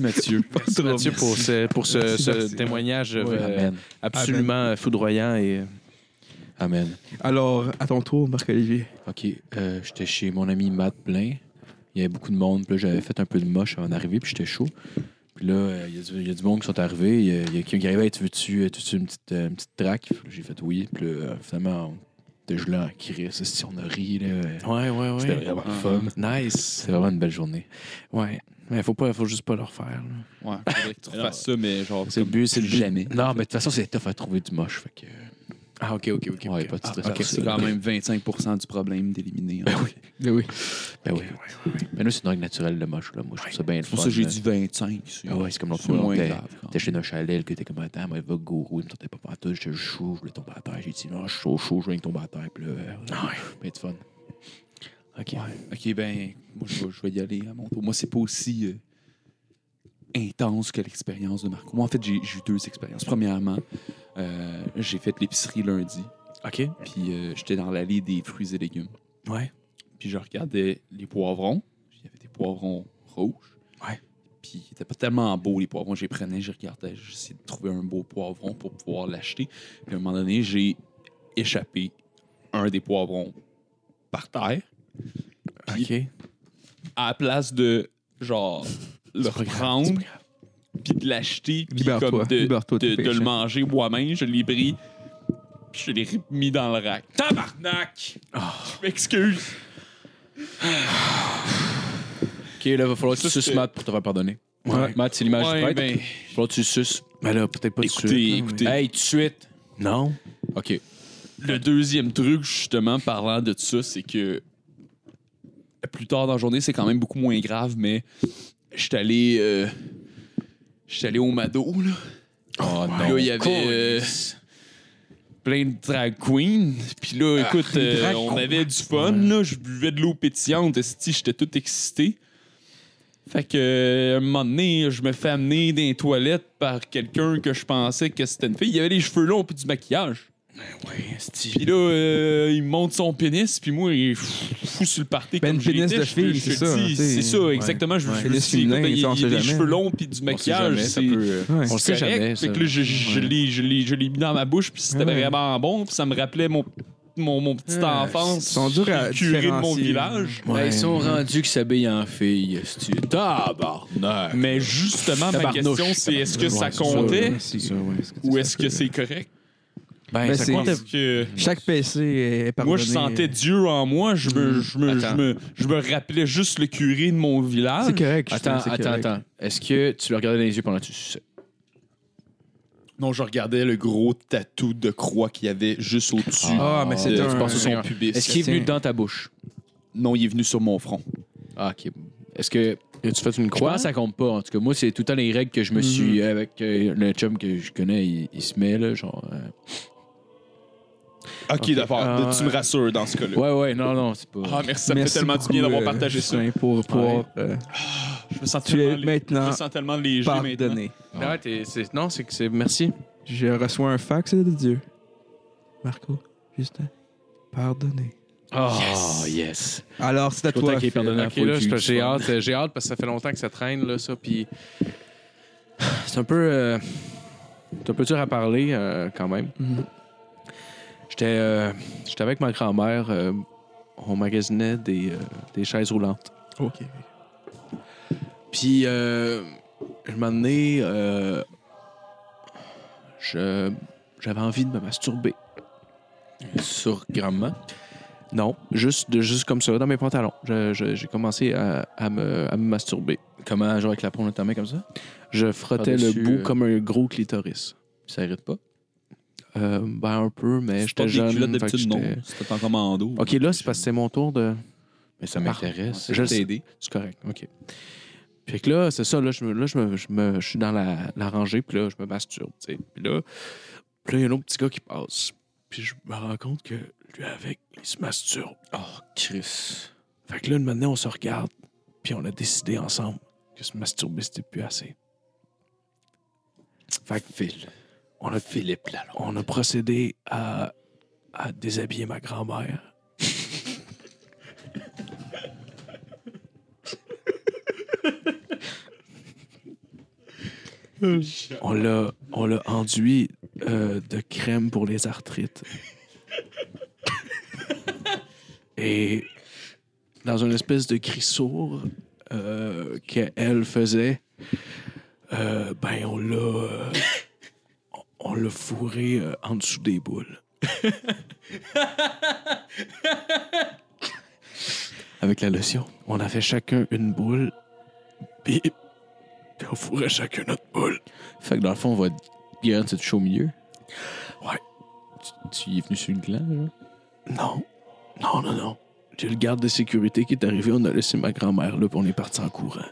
Speaker 4: Mathieu.
Speaker 3: Merci Mathieu pour ce, pour ce,
Speaker 1: Merci,
Speaker 3: ce
Speaker 1: merci.
Speaker 3: témoignage euh,
Speaker 2: Amen.
Speaker 3: absolument euh, foudroyant et
Speaker 2: Amen.
Speaker 1: Alors, à ton tour, Marc-Olivier.
Speaker 2: OK, euh, j'étais chez mon ami Matt Blain. Il y avait beaucoup de monde. Puis là, j'avais fait un peu de moche avant d'arriver, puis j'étais chaud. Puis là, euh, il y, a du- il y a du monde qui sont arrivés. Il y a, il y a quelqu'un qui arrivait, Hey, tu veux-tu euh, tu veux-tu une petite, euh, une petite traque? Puis là, J'ai fait oui. Puis là, euh, finalement, on était gelé en crise. Si on a ri, là, euh,
Speaker 3: ouais ouais
Speaker 2: c'était vraiment le fun.
Speaker 3: nice
Speaker 2: C'était vraiment une belle journée.
Speaker 3: ouais mais faut pas faut juste pas le refaire là.
Speaker 4: Ouais, faudrait que tu refasses ça, mais genre.
Speaker 2: C'est le but, c'est le but.
Speaker 4: Jamais.
Speaker 2: Non, mais de toute façon, c'est tough à trouver du moche. Fait que,
Speaker 3: ah ok ok ok
Speaker 2: ouais,
Speaker 3: ok.
Speaker 2: pas de
Speaker 3: Ah,
Speaker 2: stress.
Speaker 3: ok.
Speaker 2: pour
Speaker 4: C'est
Speaker 2: ça.
Speaker 4: quand même 25 du problème d'éliminer. hein.
Speaker 1: Eh oui.
Speaker 2: Ben oui. Mais là, c'est une règle naturelle, le moche. Là. Moi, je trouve ça bien le
Speaker 4: C'est pour
Speaker 2: fun,
Speaker 4: ça que j'ai
Speaker 2: là.
Speaker 4: dit 25.
Speaker 2: Ah ouais, c'est comme l'autre
Speaker 4: c'est
Speaker 2: fois. là, on
Speaker 4: moins
Speaker 2: était-
Speaker 4: grave, quand
Speaker 2: T'es chez un chalet, le gars était comme attends, moi, va gourou, il me tentait pas partout, j'étais juste chaud, je voulais tomber à terre. J'ai dit non, je suis chaud, chaud, je viens de tomber à terre. Puis là, euh, ben, c'est fun.
Speaker 3: ok
Speaker 4: OK, ben, moi, je vais, je vais y aller à mon tour. Moi, c'est pas aussi euh, intense que l'expérience de Marco. Moi, en fait, j'ai j'ai eu deux expériences. Premièrement, euh, j'ai fait l'épicerie lundi,
Speaker 3: ok
Speaker 4: puis euh, j'étais dans l'allée des fruits et légumes.
Speaker 3: ouais
Speaker 4: Puis je regardais les poivrons. Il y avait des poivrons rouges.
Speaker 3: Ouais.
Speaker 4: Puis ils étaient pas tellement beaux, les poivrons. Je les prenais, je regardais, j'essayais de trouver un beau poivron pour pouvoir l'acheter. Puis à un moment donné, j'ai échappé un des poivrons par terre. Puis
Speaker 3: ok
Speaker 4: à la place de genre le
Speaker 3: C'est pas grave,
Speaker 4: reprendre
Speaker 3: c'est pas grave.
Speaker 4: puis de l'acheter puis
Speaker 1: Libère-toi,
Speaker 4: comme de,
Speaker 1: libère-toi,
Speaker 4: de,
Speaker 1: t'es
Speaker 4: de le
Speaker 1: patient.
Speaker 4: manger moi-même je l'ai pris puis je l'ai mis dans le rack tabarnak je m'excuse
Speaker 2: Ok, là, va falloir que
Speaker 4: Ça,
Speaker 2: tu suces
Speaker 4: c'est-
Speaker 2: Matt pour te faire pardonner.
Speaker 3: Ouais.
Speaker 2: Matt, c'est l'image
Speaker 4: Ouais,
Speaker 2: du prêtre.
Speaker 4: ben,
Speaker 2: Va falloir que tu suces.
Speaker 3: mais là peut-être pas de
Speaker 4: Écoutez,
Speaker 3: suite, là,
Speaker 4: écoutez.
Speaker 2: Hey, tout de suite.
Speaker 3: mais- non
Speaker 2: Ok.
Speaker 4: le deuxième truc justement parlant de ça c'est que plus tard dans la journée c'est quand même beaucoup moins grave mais je suis allé euh, je suis allé au Mado là
Speaker 2: Oh
Speaker 4: Puis là, il y avait euh, plein de drag queens. Puis là, écoute, euh, on avait du fun. Là. Je buvais de l'eau pétillante. esti, J'étais tout excité. Fait que, euh, un moment donné, je me fais amener dans les toilettes par quelqu'un que je pensais que c'était une fille. Il avait les cheveux longs puis du maquillage.
Speaker 3: ouais
Speaker 4: Puis là, euh, il me monte son pénis, puis moi, il f- fou sur le party.
Speaker 1: Ben,
Speaker 4: comme
Speaker 1: une
Speaker 4: je l'ai
Speaker 1: pénis
Speaker 4: dit,
Speaker 1: de
Speaker 4: je-
Speaker 1: fille,
Speaker 4: je
Speaker 1: c'est
Speaker 4: le
Speaker 1: ça,
Speaker 4: dis,
Speaker 1: tu sais.
Speaker 4: C'est ça, exactement. Je, je me
Speaker 1: Pénis
Speaker 4: suis dit, écoute, ben,
Speaker 1: féminin,
Speaker 4: il,
Speaker 1: ça, on
Speaker 4: il
Speaker 1: sait
Speaker 4: a des
Speaker 1: jamais,
Speaker 4: cheveux
Speaker 1: hein.
Speaker 4: longs, puis du maquillage.
Speaker 2: jamais, ça
Speaker 4: c'est-
Speaker 2: peut, euh,
Speaker 1: Ouais.
Speaker 3: on le sait
Speaker 4: correct.
Speaker 3: jamais ça.
Speaker 4: Fait que là, je, je- je
Speaker 3: Ouais.
Speaker 4: l'ai- je l'ai je l'ai mis dans ma bouche, puis c'était
Speaker 1: Ouais.
Speaker 4: vraiment bon, puis ça me rappelait mon, mon, mon petit
Speaker 2: Ouais,
Speaker 4: enfance.
Speaker 1: sont durs à
Speaker 4: le curé de mon
Speaker 1: différencier.
Speaker 4: village.
Speaker 3: Ouais.
Speaker 2: Hey, ils sont rendus qu'ils s'habillent en fille. esti. Tabarnak.
Speaker 4: Mais justement, ma
Speaker 2: Tabarnouche.
Speaker 4: question, c'est est-ce que ça
Speaker 3: Ouais, c'est ça,
Speaker 4: comptait
Speaker 1: Ouais, c'est-
Speaker 3: ça, ouais.
Speaker 4: ou est-ce que c'est correct?
Speaker 3: ben,
Speaker 1: Ben,
Speaker 3: ça
Speaker 1: c'est-
Speaker 3: compte
Speaker 4: Parce que
Speaker 1: Chaque PC est
Speaker 4: moi,
Speaker 1: pardonné.
Speaker 4: je sentais Dieu en moi. Je me, je me, je
Speaker 2: Attends.
Speaker 4: me, je me rappelais juste le curé de mon village.
Speaker 1: C'est correct.
Speaker 2: Attends,
Speaker 1: justement, c'est
Speaker 2: attends,
Speaker 1: correct.
Speaker 2: attends. Est-ce que tu le regardais dans les yeux pendant que tu suçais?
Speaker 4: Non, je regardais le gros tatou de croix qu'il y avait juste au-dessus.
Speaker 1: Ah, mais c'est
Speaker 4: Euh,
Speaker 1: un-
Speaker 4: je pense que
Speaker 1: un-
Speaker 4: son pubis.
Speaker 2: Est-ce qu'il est
Speaker 1: Tiens.
Speaker 2: venu dans ta bouche?
Speaker 4: Non, il est venu sur mon front.
Speaker 2: Ah, ok. Est-ce que
Speaker 3: tu fait une
Speaker 2: Je
Speaker 3: croix
Speaker 2: pense que ça compte pas. En tout cas, moi, c'est tout le temps les règles que je me
Speaker 3: Mm-hmm.
Speaker 2: suis. Avec euh, le chum que je connais, il, il se met, là, genre. euh,
Speaker 4: Ok, d'accord.
Speaker 3: Ah,
Speaker 4: tu me rassures dans ce cas-là.
Speaker 2: Ouais, ouais, non, non, c'est pas.
Speaker 4: Ah, merci, ça me fait
Speaker 1: Merci
Speaker 4: tellement du bien
Speaker 1: beaucoup,
Speaker 4: d'avoir
Speaker 1: euh,
Speaker 4: partagé ça.
Speaker 1: Justin, Pour pouvoir euh,
Speaker 4: Je me sens
Speaker 1: Tu es
Speaker 4: tellement, lé-
Speaker 1: maintenant
Speaker 4: je me sens tellement léger maintenant.
Speaker 1: pardonner.
Speaker 3: Ouais, Ah, t'es- c'est- non c'est que c'est merci
Speaker 1: Je reçois un fax de Dieu. Marco, Justin, pardonné.
Speaker 3: Ah,
Speaker 2: Oh, yes. yes.
Speaker 1: Alors, c'est à
Speaker 2: Autant
Speaker 1: toi.
Speaker 2: qu'il est
Speaker 1: Phil.
Speaker 2: pardonnant.
Speaker 3: Ok,
Speaker 2: Faut
Speaker 3: là,
Speaker 2: que
Speaker 3: c'est parce que j'ai
Speaker 2: tu-
Speaker 3: hâte, euh, j'ai hâte parce que ça fait longtemps que ça traîne, là, ça. Puis c'est un peu. euh, c'est un peu dur à parler euh, quand même.
Speaker 1: Mhm.
Speaker 3: J'étais euh, j'étais avec ma grand-mère. euh, on magasinait des, euh, des chaises roulantes.
Speaker 1: OK.
Speaker 3: Puis, euh, je m'en euh, je J'avais envie de me masturber.
Speaker 2: Sur grandement.
Speaker 3: Non, juste, de, juste comme ça, dans mes pantalons. Je- je- J'ai commencé à, à me, à me masturber.
Speaker 2: Comment, genre, avec la paume de ta main comme ça
Speaker 3: Je frottais le
Speaker 2: Par-dessus,
Speaker 3: bout
Speaker 2: euh,
Speaker 3: comme un gros clitoris.
Speaker 2: Ça irrite pas.
Speaker 3: Euh, ben, un peu, mais
Speaker 4: Je porte
Speaker 3: j'étais
Speaker 4: des
Speaker 3: jeune.
Speaker 4: culottes
Speaker 3: fait que
Speaker 4: d'habitude, non.
Speaker 3: j'étais-
Speaker 4: C'était en commando.
Speaker 3: OK, là, c'est parce que c'est mon tour de...
Speaker 2: Mais ça m'intéresse.
Speaker 3: Je
Speaker 4: Je
Speaker 3: le sais.
Speaker 4: t'ai aidé.
Speaker 3: C'est correct, OK. Puis que là, c'est ça, là, je, me, là, je, me, je, me- je suis dans la, la rangée, puis là, je me masturbe, tu sais. Puis là, puis là, il y a un autre petit gars qui passe. Puis je me rends compte que lui, avec, il se masturbe.
Speaker 2: Oh, Chris.
Speaker 3: Fait que là, maintenant, on se regarde, puis on a décidé ensemble que se masturber, c'était plus assez. Fait que
Speaker 2: Phil.
Speaker 3: on a,
Speaker 2: Philippe Lalonde.
Speaker 3: on a procédé à, à déshabiller ma grand-mère. On l'a, on l'a enduit euh, de crème pour les arthrites. Et dans une espèce de cri sourd euh, qu'elle faisait, euh, ben on l'a, euh, on- on l'a fourré euh, en dessous des boules. Avec la lotion. On avait chacun une boule, puis, puis on fourrait chacun notre boule.
Speaker 2: Fait que dans le fond, votre Guérin se touche au milieu.
Speaker 3: Ouais.
Speaker 2: Tu, tu y es venu sur une glande, là?
Speaker 3: Non. Non, non, non. J'ai le garde de sécurité qui est arrivé, on a laissé ma grand-mère là, puis on est parti en courant.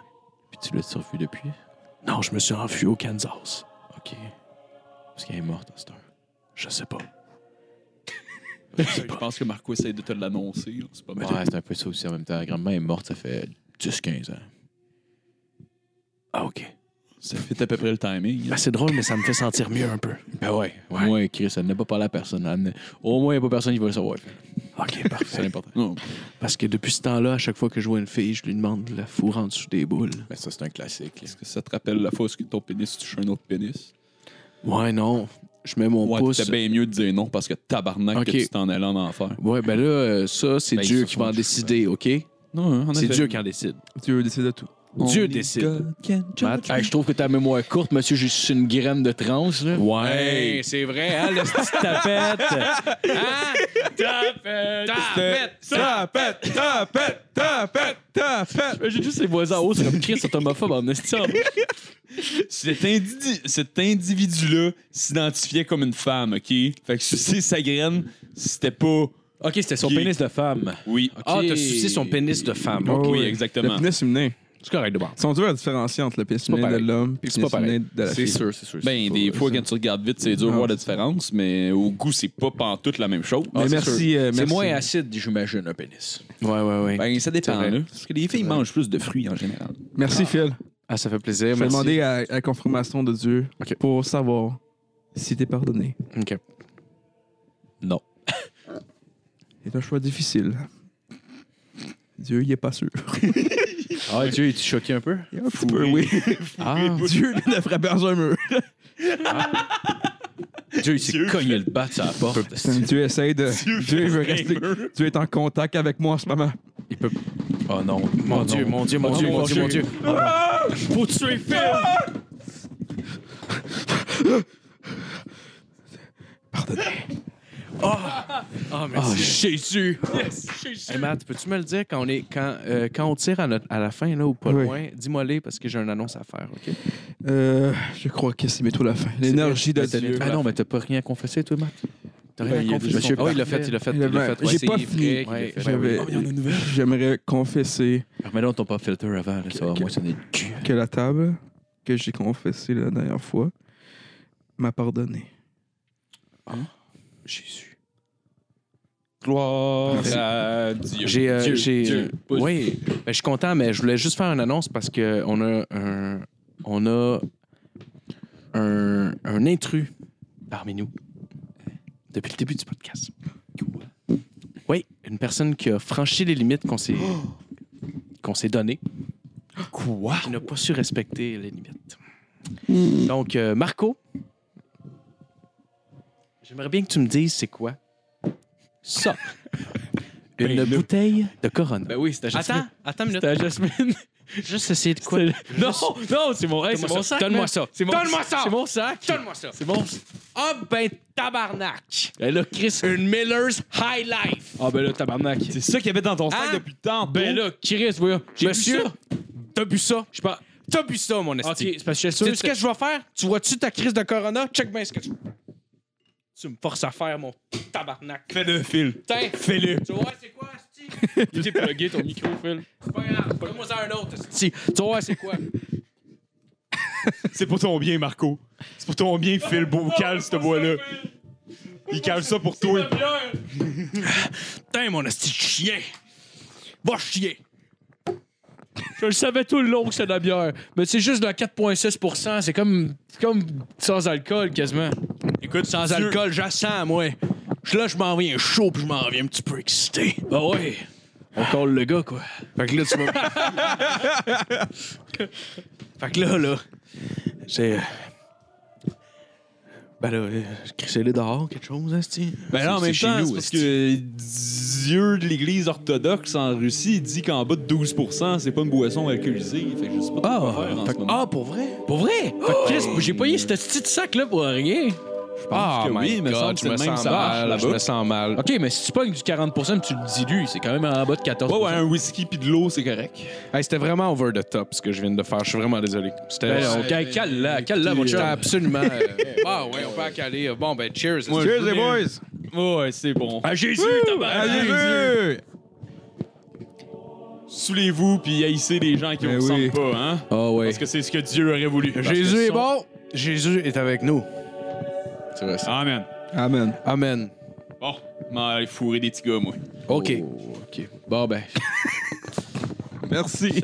Speaker 2: Puis tu l'as survu depuis?
Speaker 3: Non, je me suis enfui au Kansas.
Speaker 2: OK. Parce qu'elle est morte à cette heure.
Speaker 3: Je sais pas.
Speaker 4: Je pense que Marco essaie de te l'annoncer. là. C'est pas mal.
Speaker 2: Ouais, Ben, c'est un peu ça aussi en même temps. Grand-mère est morte, ça fait 10-15 ans.
Speaker 3: Ah, OK.
Speaker 4: Ça fait à peu près le timing. hein,
Speaker 3: Ben, c'est drôle, mais ça me fait sentir mieux un peu.
Speaker 2: Ben ouais. Au moins, Chris, elle n'a pas parlé à personne. Elle n'a- Au moins, il n'y a pas personne qui va le savoir.
Speaker 3: OK,
Speaker 2: C'est
Speaker 3: parfait.
Speaker 2: l'important.
Speaker 4: Non,
Speaker 3: Parce que depuis ce temps-là, à chaque fois que je vois une fille, je lui demande de la fourre en dessous des boules.
Speaker 2: Mais Ben, ça, c'est un classique. là.
Speaker 4: Est-ce que ça te rappelle la fois où ton pénis touche un autre pénis?
Speaker 3: Ouais, non. Je mets mon
Speaker 4: Ouais,
Speaker 3: pouce.
Speaker 4: c'était bien mieux de dire non parce que tabarnak
Speaker 3: Ok.
Speaker 4: que tu t'en allais en enfer.
Speaker 3: Ouais, ben là, euh, ça, c'est
Speaker 2: Ben, ils
Speaker 3: Dieu
Speaker 2: se
Speaker 3: qui
Speaker 2: font
Speaker 3: va en
Speaker 2: des
Speaker 3: décider, OK?
Speaker 4: Non,
Speaker 3: C'est Dieu qui en décide.
Speaker 1: Dieu décide de tout.
Speaker 3: Dieu décide. Matt?
Speaker 2: Hey, je trouve que ta mémoire est courte, monsieur. J'ai su une graine de transe, là.
Speaker 3: Ouais, c'est vrai,
Speaker 2: Ah,
Speaker 3: hein, le petit tapette.
Speaker 1: Tapette, tapette, tapette, tapette.
Speaker 2: J'ai juste les voisins en haut, c'est comme Chris, homophobe en estime.
Speaker 4: Cet, indi- cet individu-là s'identifiait comme une femme, OK? Fait que sucer sa graine, c'était pas...
Speaker 2: Ok, c'était son
Speaker 4: Qui-
Speaker 2: pénis de femme.
Speaker 4: Oui.
Speaker 3: Ah, t'as sucé son pénis de femme. hein?
Speaker 1: Oh,
Speaker 4: oui,
Speaker 1: oui. Le
Speaker 4: exactement.
Speaker 1: pénis féminin.
Speaker 3: C'est correct, de bord.
Speaker 1: Ils sont durs à différencier entre le pénis féminin de
Speaker 3: pareil.
Speaker 1: l'homme et le
Speaker 3: C'est
Speaker 1: pénis
Speaker 3: pas pareil.
Speaker 1: féminin de la fille.
Speaker 2: c'est sûr.
Speaker 4: Ben, des fois, quand tu regardes vite, c'est dur de
Speaker 1: Ah.
Speaker 4: voir la différence, mais au goût, c'est pas pantoute la même chose.
Speaker 1: Mais merci, euh,
Speaker 2: C'est
Speaker 1: merci.
Speaker 2: moins acide, j'imagine, un pénis.
Speaker 3: Ouais, ouais, ouais.
Speaker 4: Ben, ça dépend,
Speaker 3: vrai.
Speaker 4: là. Parce que les filles mangent plus de fruits en général.
Speaker 1: Merci, Phil.
Speaker 3: Ah, ça fait plaisir.
Speaker 1: Je vais
Speaker 3: merci.
Speaker 1: demander à à la confirmation de Dieu
Speaker 3: Ok.
Speaker 1: pour savoir si t'es pardonné.
Speaker 3: OK.
Speaker 2: Non.
Speaker 1: C'est un choix difficile. Dieu, il est pas sûr.
Speaker 2: Ah, Dieu, es-tu choqué un peu?
Speaker 1: Il est Un petit peu, oui.
Speaker 3: Ah,
Speaker 1: Dieu vient de frapper dans un mur.
Speaker 2: Dieu, il s'est cogné le bat sur la porte.
Speaker 1: Dieu essaie de. Dieu, veut
Speaker 4: frapper
Speaker 1: rester.
Speaker 4: un mur.
Speaker 1: Dieu est en contact avec moi en ce moment.
Speaker 2: Oh non. Oh,
Speaker 3: mon Dieu, mon Dieu, mon Dieu, mon Dieu, mon Dieu.
Speaker 2: Faut tuer Phil!
Speaker 1: Pardonnez.
Speaker 3: Ah,
Speaker 2: Oh,
Speaker 3: merci.
Speaker 2: Jésus!
Speaker 3: Hey, Matt, peux-tu me le dire quand on, est, quand, euh, quand on tire à, notre- à la fin, là, ou pas
Speaker 1: Oui.
Speaker 3: loin? Dis-moi les parce que j'ai une annonce à faire, OK?
Speaker 1: Euh, je crois que c'est bientôt la fin. L'énergie de
Speaker 2: Ah
Speaker 1: Dieu.
Speaker 2: non, mais t'as pas rien confessé, toi, Matt?
Speaker 3: T'as
Speaker 1: Ben, il y a
Speaker 3: compris.
Speaker 1: des-
Speaker 3: Monsieur
Speaker 2: Oh,
Speaker 3: il l'a fait, il l'a fait,
Speaker 1: il l'a fait. J'ai pas fini.
Speaker 3: Ouais, ben
Speaker 1: J'avais- J'aimerais confesser
Speaker 2: Remets donc ton pop filter avant, là, ça va
Speaker 1: Ok.
Speaker 2: moins sonner le cul.
Speaker 1: que la table que j'ai confessée la dernière fois m'a pardonné.
Speaker 2: Jésus.
Speaker 4: Gloire à Dieu.
Speaker 3: J'ai, euh,
Speaker 4: Oh, Dieu,
Speaker 3: j'ai,
Speaker 4: Dieu.
Speaker 3: euh, oui, ben, je suis content, mais je voulais juste faire une annonce parce que on a un, on a un, un intrus parmi nous depuis le début du podcast. Oui, une personne qui a franchi les limites qu'on s'est qu'on s'est données. Quoi Qui n'a pas su respecter les limites. Donc euh, Marco, j'aimerais bien que tu me dises c'est quoi ça. Une
Speaker 2: Ben, là.
Speaker 3: bouteille de Corona.
Speaker 2: Ben oui, c'était
Speaker 3: Attends, attends une minute.
Speaker 2: C'était Jasmine.
Speaker 3: Juste essayer de quoi?
Speaker 2: Non, non, c'est mon, hey, c'est
Speaker 3: Donne-moi
Speaker 2: mon
Speaker 3: ça.
Speaker 2: sac.
Speaker 3: Donne-moi
Speaker 2: man.
Speaker 3: ça.
Speaker 2: C'est mon-
Speaker 3: Donne-moi ça.
Speaker 2: C'est mon sac.
Speaker 3: Donne-moi ça.
Speaker 2: C'est mon.
Speaker 3: Ah ben tabarnak!
Speaker 2: Elle a Chris.
Speaker 3: Une Miller's High Life!
Speaker 2: Ah, ben là, tabarnak.
Speaker 4: C'est ça qu'il y avait dans ton sac
Speaker 3: Hein?
Speaker 4: depuis tant temps.
Speaker 2: Ben là, Chris, voyons. J'ai vu
Speaker 3: Monsieur,
Speaker 2: ça.
Speaker 3: t'as bu ça?
Speaker 2: Je pas.
Speaker 3: T'as bu ça, mon
Speaker 2: Ok,
Speaker 3: esti.
Speaker 2: c'est parce que je suis
Speaker 3: Tu
Speaker 2: sûr.
Speaker 3: sais ce que je vais faire? Tu vois-tu ta crise de corona? Check bien ce que tu... Tu me forces à faire mon tabarnak. Fais-le, Phil. Tiens, fais-le. Tu vois, c'est quoi, Asti? Tu t'es plugué ton micro, Phil. C'est pas grave. Donne-moi ça un autre, Asti. Tu vois, c'est quoi?
Speaker 4: C'est pour ton bien, Marco. C'est pour ton bien, Phil. Beau, cale cette voix-là. Il cale ça pour toi.
Speaker 3: Putain, mon esti de chien! Va chier! Je le savais tout le long que c'est de la bière. Mais c'est juste de la 4,6 C'est comme, c'est comme sans alcool, quasiment. Écoute, sans alcool, j'assens, moi. Je- Là, je m'en viens chaud, puis je m'en viens un petit peu excité. Bah ouais. On colle le gars, quoi. Fait que là, tu vas... fait que là, là, c'est... Ben là, euh, crissez-les dehors, quelque chose, hein, c'ti?
Speaker 4: Mais Ben là, en
Speaker 3: C'est-
Speaker 4: même
Speaker 3: c'est chez
Speaker 4: temps,
Speaker 3: nous,
Speaker 4: c'est parce
Speaker 3: c'ti.
Speaker 4: que Dieu de l'Église orthodoxe en Russie il dit qu'en bas de 12 c'est pas une boisson alcoolisée. Fait que je sais pas
Speaker 3: Ah,
Speaker 4: quoi faire en
Speaker 3: fait-
Speaker 4: ce moment.
Speaker 3: ah, pour vrai? Oh! Pour vrai? Fait que Chris, j'ai payé ce petit sac-là pour rien.
Speaker 4: Ah,
Speaker 3: que
Speaker 4: oui, mais semble que c'est le même ça marche
Speaker 3: là-bas.
Speaker 4: là-bas.
Speaker 3: sens mal. OK, mais si tu pognes du 40 puis tu le dilues, c'est quand même en bas de 14
Speaker 4: Ouais, ouais, un whisky puis de l'eau, c'est correct.
Speaker 3: Hey, C'était vraiment over the top, ce que je viens de faire. Je suis vraiment désolé. C'était...
Speaker 2: Ben, on- Calme- Calme-la, calme-la, mon
Speaker 3: J'étais
Speaker 2: chum.
Speaker 3: absolument... euh, ah ouais, on peut en caler. Bon, ben, cheers.
Speaker 1: Cheers, les boys!
Speaker 4: Ouais, c'est bon.
Speaker 3: Ah, Jésus, tabarnak!
Speaker 1: Allez,
Speaker 4: Soulez-vous puis haïssez les gens qui
Speaker 1: Mais
Speaker 4: vous ressemblent
Speaker 1: oui.
Speaker 4: pas, hein?
Speaker 3: Ah ouais.
Speaker 4: Parce que c'est ce que Dieu aurait voulu. Parce que
Speaker 3: Jésus est
Speaker 4: son-
Speaker 3: bon. Jésus est avec nous. C'est vrai, ça.
Speaker 4: Amen.
Speaker 1: Amen.
Speaker 3: Amen.
Speaker 4: Bon, m'en aller fourrer des petits gars, moi.
Speaker 3: OK. OK. Bon, ben...
Speaker 1: Merci.